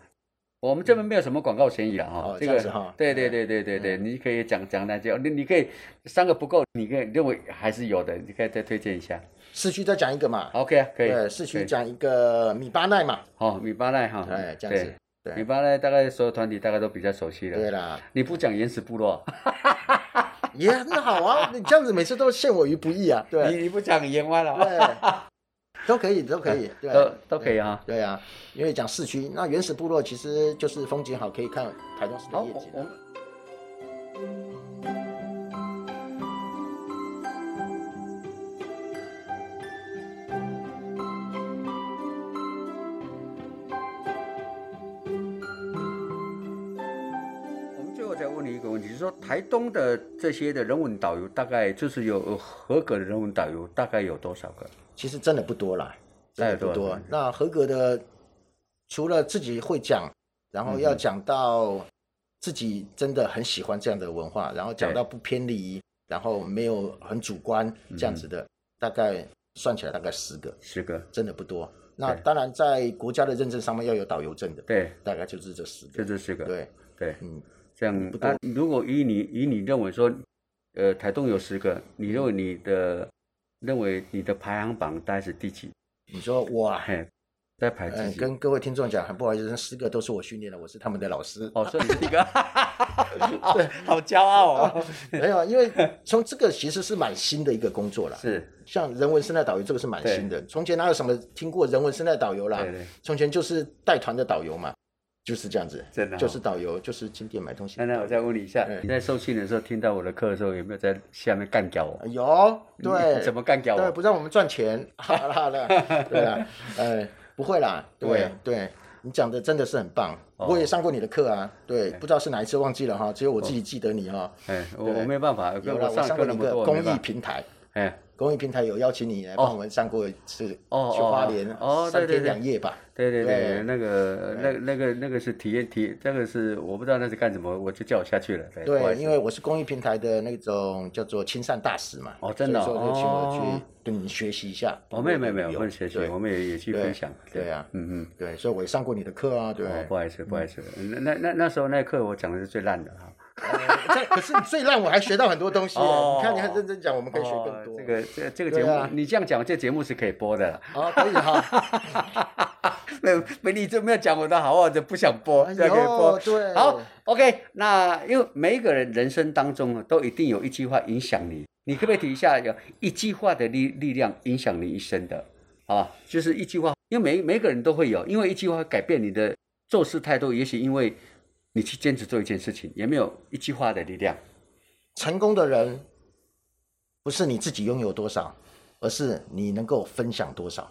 Speaker 1: 我们这边没有什么广告嫌疑了哈、
Speaker 2: 哦
Speaker 1: 这
Speaker 2: 这样
Speaker 1: 个
Speaker 2: 子哈嗯
Speaker 1: 对对对对对对，你可以讲讲那些，哦你你可以三个不够，你可以认为还是有的，你可以再推荐一下。
Speaker 2: 市区再讲一个嘛，
Speaker 1: OK 啊，可以。
Speaker 2: 对，市区
Speaker 1: 可以
Speaker 2: 讲一个米巴奈嘛，
Speaker 1: 哦，米巴奈哈，
Speaker 2: 哎，这样子，
Speaker 1: 对，
Speaker 2: 对
Speaker 1: 米巴奈大概所有团体大概都比较熟悉了。
Speaker 2: 对啦，
Speaker 1: 你不讲原始部落，啊
Speaker 2: 也很好啊，你这样子每次都陷我于不义啊，
Speaker 1: 你
Speaker 2: 对
Speaker 1: 你不讲盐湾了啊， [LAUGHS]
Speaker 2: 对，都可以，都可以，对，
Speaker 1: 都都可以哈、
Speaker 2: 对啊，因为讲市区，那原始部落其实就是风景好，可以看台东市的
Speaker 1: 好，
Speaker 2: 夜
Speaker 1: 我
Speaker 2: 景
Speaker 1: 我
Speaker 2: 啊。
Speaker 1: 们我们最后再问你一个问题，就是说台东的这些的人文导游，大概就是有有合格的人文导游，大概有多少个？
Speaker 2: 其实真的不多啦，真的不
Speaker 1: 那有多
Speaker 2: 多
Speaker 1: 少。
Speaker 2: 那合格的，除了自己会讲，然后要讲到自己真的很喜欢这样的文化，然后讲到不偏离，然后没有很主观这样子的，大概算起来大概十个，
Speaker 1: 十个，
Speaker 2: 真的不多。那
Speaker 1: 对
Speaker 2: 当然，在国家的认证上面要有导游证的，
Speaker 1: 对，
Speaker 2: 大概就是这十
Speaker 1: 就
Speaker 2: 个。
Speaker 1: 这十个，
Speaker 2: 对，
Speaker 1: 对，
Speaker 2: 嗯，
Speaker 1: 这样
Speaker 2: 不。多
Speaker 1: 那啊如果以你以你认为说，呃，台东有十个，你认为你的认为你的排行榜大概是第几？
Speaker 2: 你说哇，
Speaker 1: 嘿，在排第
Speaker 2: 嗯，
Speaker 1: 几？
Speaker 2: 跟各位听众讲，很不好意思，那十个都是我训练的，我是他们的老师。
Speaker 1: 哦，所以你是一
Speaker 2: [LAUGHS]
Speaker 1: 个，好骄傲 [LAUGHS] 哦。
Speaker 2: 没有，因为从这个其实是蛮新的一个工作啦。
Speaker 1: 是，
Speaker 2: 像人文生态导游这个是蛮新的，从前哪有什么听过人文生态导游啦
Speaker 1: 对？对，
Speaker 2: 从前就是带团的导游嘛，就是这样子，
Speaker 1: 真的哦
Speaker 2: 就是导游，就是景点买东西
Speaker 1: 那。那我再问你一下
Speaker 2: 嗯，
Speaker 1: 你在受训的时候听到我的课的时候，有没有在下面干掉我？
Speaker 2: 呃有
Speaker 1: 你
Speaker 2: 对，
Speaker 1: [LAUGHS] 嗯怎么啊干掉
Speaker 2: 对
Speaker 1: 我？
Speaker 2: 不让我们赚钱？好啦好啦，对啦，呃，不会啦，对
Speaker 1: 对
Speaker 2: 对，你讲的真的是很棒，
Speaker 1: 哦
Speaker 2: 我也上过你的课啊，对，不知道是哪一次忘记了哈，只有我自
Speaker 1: 哦
Speaker 2: 己记得你哈。
Speaker 1: 哎，我
Speaker 2: 对
Speaker 1: 我没办法，跟
Speaker 2: 有啦，我
Speaker 1: 上
Speaker 2: 上
Speaker 1: 课
Speaker 2: 过
Speaker 1: 那
Speaker 2: 你
Speaker 1: 么
Speaker 2: 的
Speaker 1: 多，
Speaker 2: 公
Speaker 1: 没办
Speaker 2: 益
Speaker 1: 法
Speaker 2: 平台。
Speaker 1: 哎，
Speaker 2: 公益平台有邀请你来帮我们上过一次，去
Speaker 1: 哦
Speaker 2: 花莲
Speaker 1: 哦
Speaker 2: 三
Speaker 1: 对对
Speaker 2: 天
Speaker 1: 对
Speaker 2: 两夜吧。
Speaker 1: 对对
Speaker 2: 对
Speaker 1: 对，那个那那个那个是体验体，那个是我不知道那是干什么，我就叫我下去了。不好意
Speaker 2: 对，
Speaker 1: 思
Speaker 2: 因为我是公益平台的那种叫做亲善大使嘛，
Speaker 1: 哦真的哦
Speaker 2: 所以说就请我
Speaker 1: 哦
Speaker 2: 去跟你学习一下。
Speaker 1: 哦，没有没有没有，我们学习，哦
Speaker 2: 对
Speaker 1: 我们也也去
Speaker 2: 对
Speaker 1: 分享。
Speaker 2: 对啊
Speaker 1: 嗯嗯。
Speaker 2: 对，所以我也上过你的课啊，对。
Speaker 1: 哦，不好意思，不好意思，那那那那时候那课我讲的是最烂的哈。
Speaker 2: 呃这可是你最让我还学到很多东西耶，
Speaker 1: 哦
Speaker 2: 你看你还认真讲，我们可以学更
Speaker 1: 哦
Speaker 2: 多。
Speaker 1: 这个这这个
Speaker 2: 对
Speaker 1: 节目，
Speaker 2: 啊
Speaker 1: 你这样讲，这节目是可以播的啦。 [LAUGHS]
Speaker 2: 啊，可以哈。
Speaker 1: 没有没你这没有讲我的好话，我就不想播，
Speaker 2: 哎
Speaker 1: [LAUGHS] 这样可以播
Speaker 2: 呦，。对，
Speaker 1: 好，OK，那因为每一个人人生当中啊都一定有一句话影响你，你可不可以提一下有一句话的力力量影响你一生的啊？就是一句话，因为每每个人都会有，因为一句话改变你的做事态度，也许因为你去坚持做一件事情，也没有一句话的力量。
Speaker 2: 成功的人不是你自己拥有多少，而是你能够分享多少。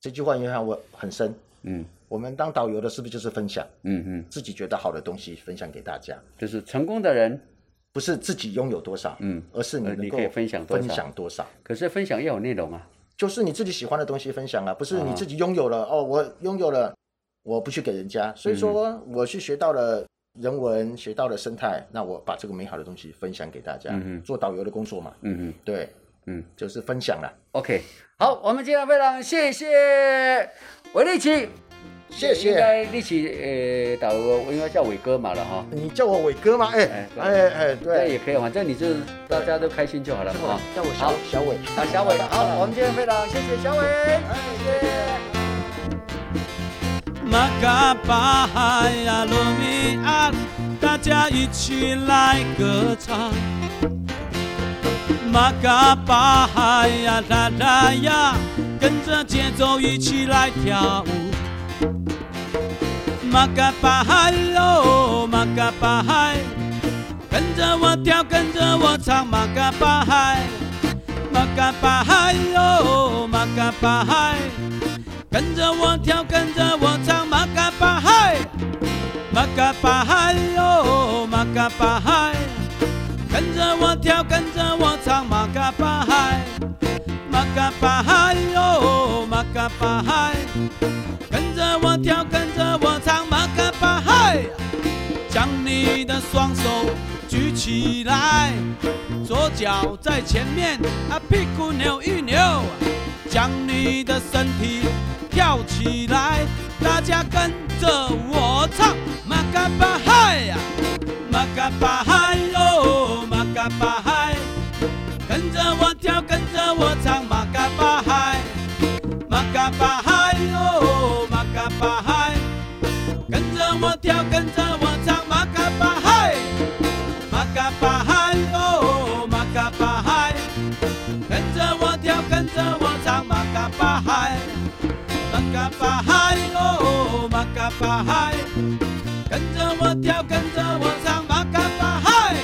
Speaker 2: 这句话影响我很深。
Speaker 1: 嗯，
Speaker 2: 我们当导游的是不是就是分享
Speaker 3: 嗯嗯，
Speaker 2: 自己觉得好的东西分享给大家？
Speaker 3: 就是成功的人，
Speaker 2: 不是自己拥有多少，
Speaker 3: 嗯，
Speaker 2: 而是你
Speaker 3: 呃
Speaker 2: 能
Speaker 3: 你
Speaker 2: 够
Speaker 3: 可以分享多少
Speaker 2: 分享多少，
Speaker 3: 可是分享要有内容啊，
Speaker 2: 就是你自己喜欢的东西分享啊，不是你
Speaker 3: 啊
Speaker 2: 自己拥有了、哦，我拥有了，我不去给人家。所以说，
Speaker 3: 嗯
Speaker 2: 我去学到了人文，学到了生态，那我把这个美好的东西分享给大家。
Speaker 3: 嗯嗯
Speaker 2: 做导游的工作嘛，
Speaker 3: 嗯嗯
Speaker 2: 对，
Speaker 3: 嗯
Speaker 2: 就是分享了。
Speaker 3: ，OK，好，我们今天非常谢谢韦立奇，
Speaker 2: 谢
Speaker 3: 应
Speaker 2: 谢。
Speaker 3: 该立奇呃导游，我应该叫伟哥嘛了哈，
Speaker 2: 你叫我伟哥吗？哎
Speaker 3: 哎
Speaker 2: 哎哎，
Speaker 3: 那
Speaker 2: 对
Speaker 3: 也，可以，反正你就是大家都开心就好了
Speaker 2: 叫
Speaker 3: 啊
Speaker 2: 我。叫我
Speaker 3: 好
Speaker 2: 小小伟。
Speaker 3: 好，小伟，好，我们今天非常谢谢小伟，谢谢。
Speaker 4: Makapai Alumi Ar，大家一起来歌唱。Makapai 呀啦啦呀，跟着节奏一起来跳舞。Makapai 哦，Makapai，跟着我跳，跟着我唱，Makapai。Makapai 哦，Makapai。跟着我跳，跟着我唱，马嘎巴嗨，马嘎巴嗨哟，马嘎巴嗨，跟着我跳，跟着我唱，马嘎巴嗨，马嘎巴嗨哟，马嘎巴嗨，跟着我跳，跟着我唱，马嘎巴嗨，将你的双手举起来，左脚在前面，啊屁股扭一扭。将你的身体跳起来，大家跟着我唱，马嘎巴嗨呀，马嘎巴嗨哟，马嘎巴嗨，跟着我跳，跟着我唱，马嘎巴嗨，马嘎巴嗨哟，马嘎巴嗨，跟着我跳，跟着我唱，马嘎巴嗨，马嘎巴嗨哟，马嘎巴嗨。跟着我跳，跟着我唱，马嘎巴嗨，马嘎巴嗨哦，马嘎巴嗨，跟着我跳，跟着我唱，马嘎巴嗨。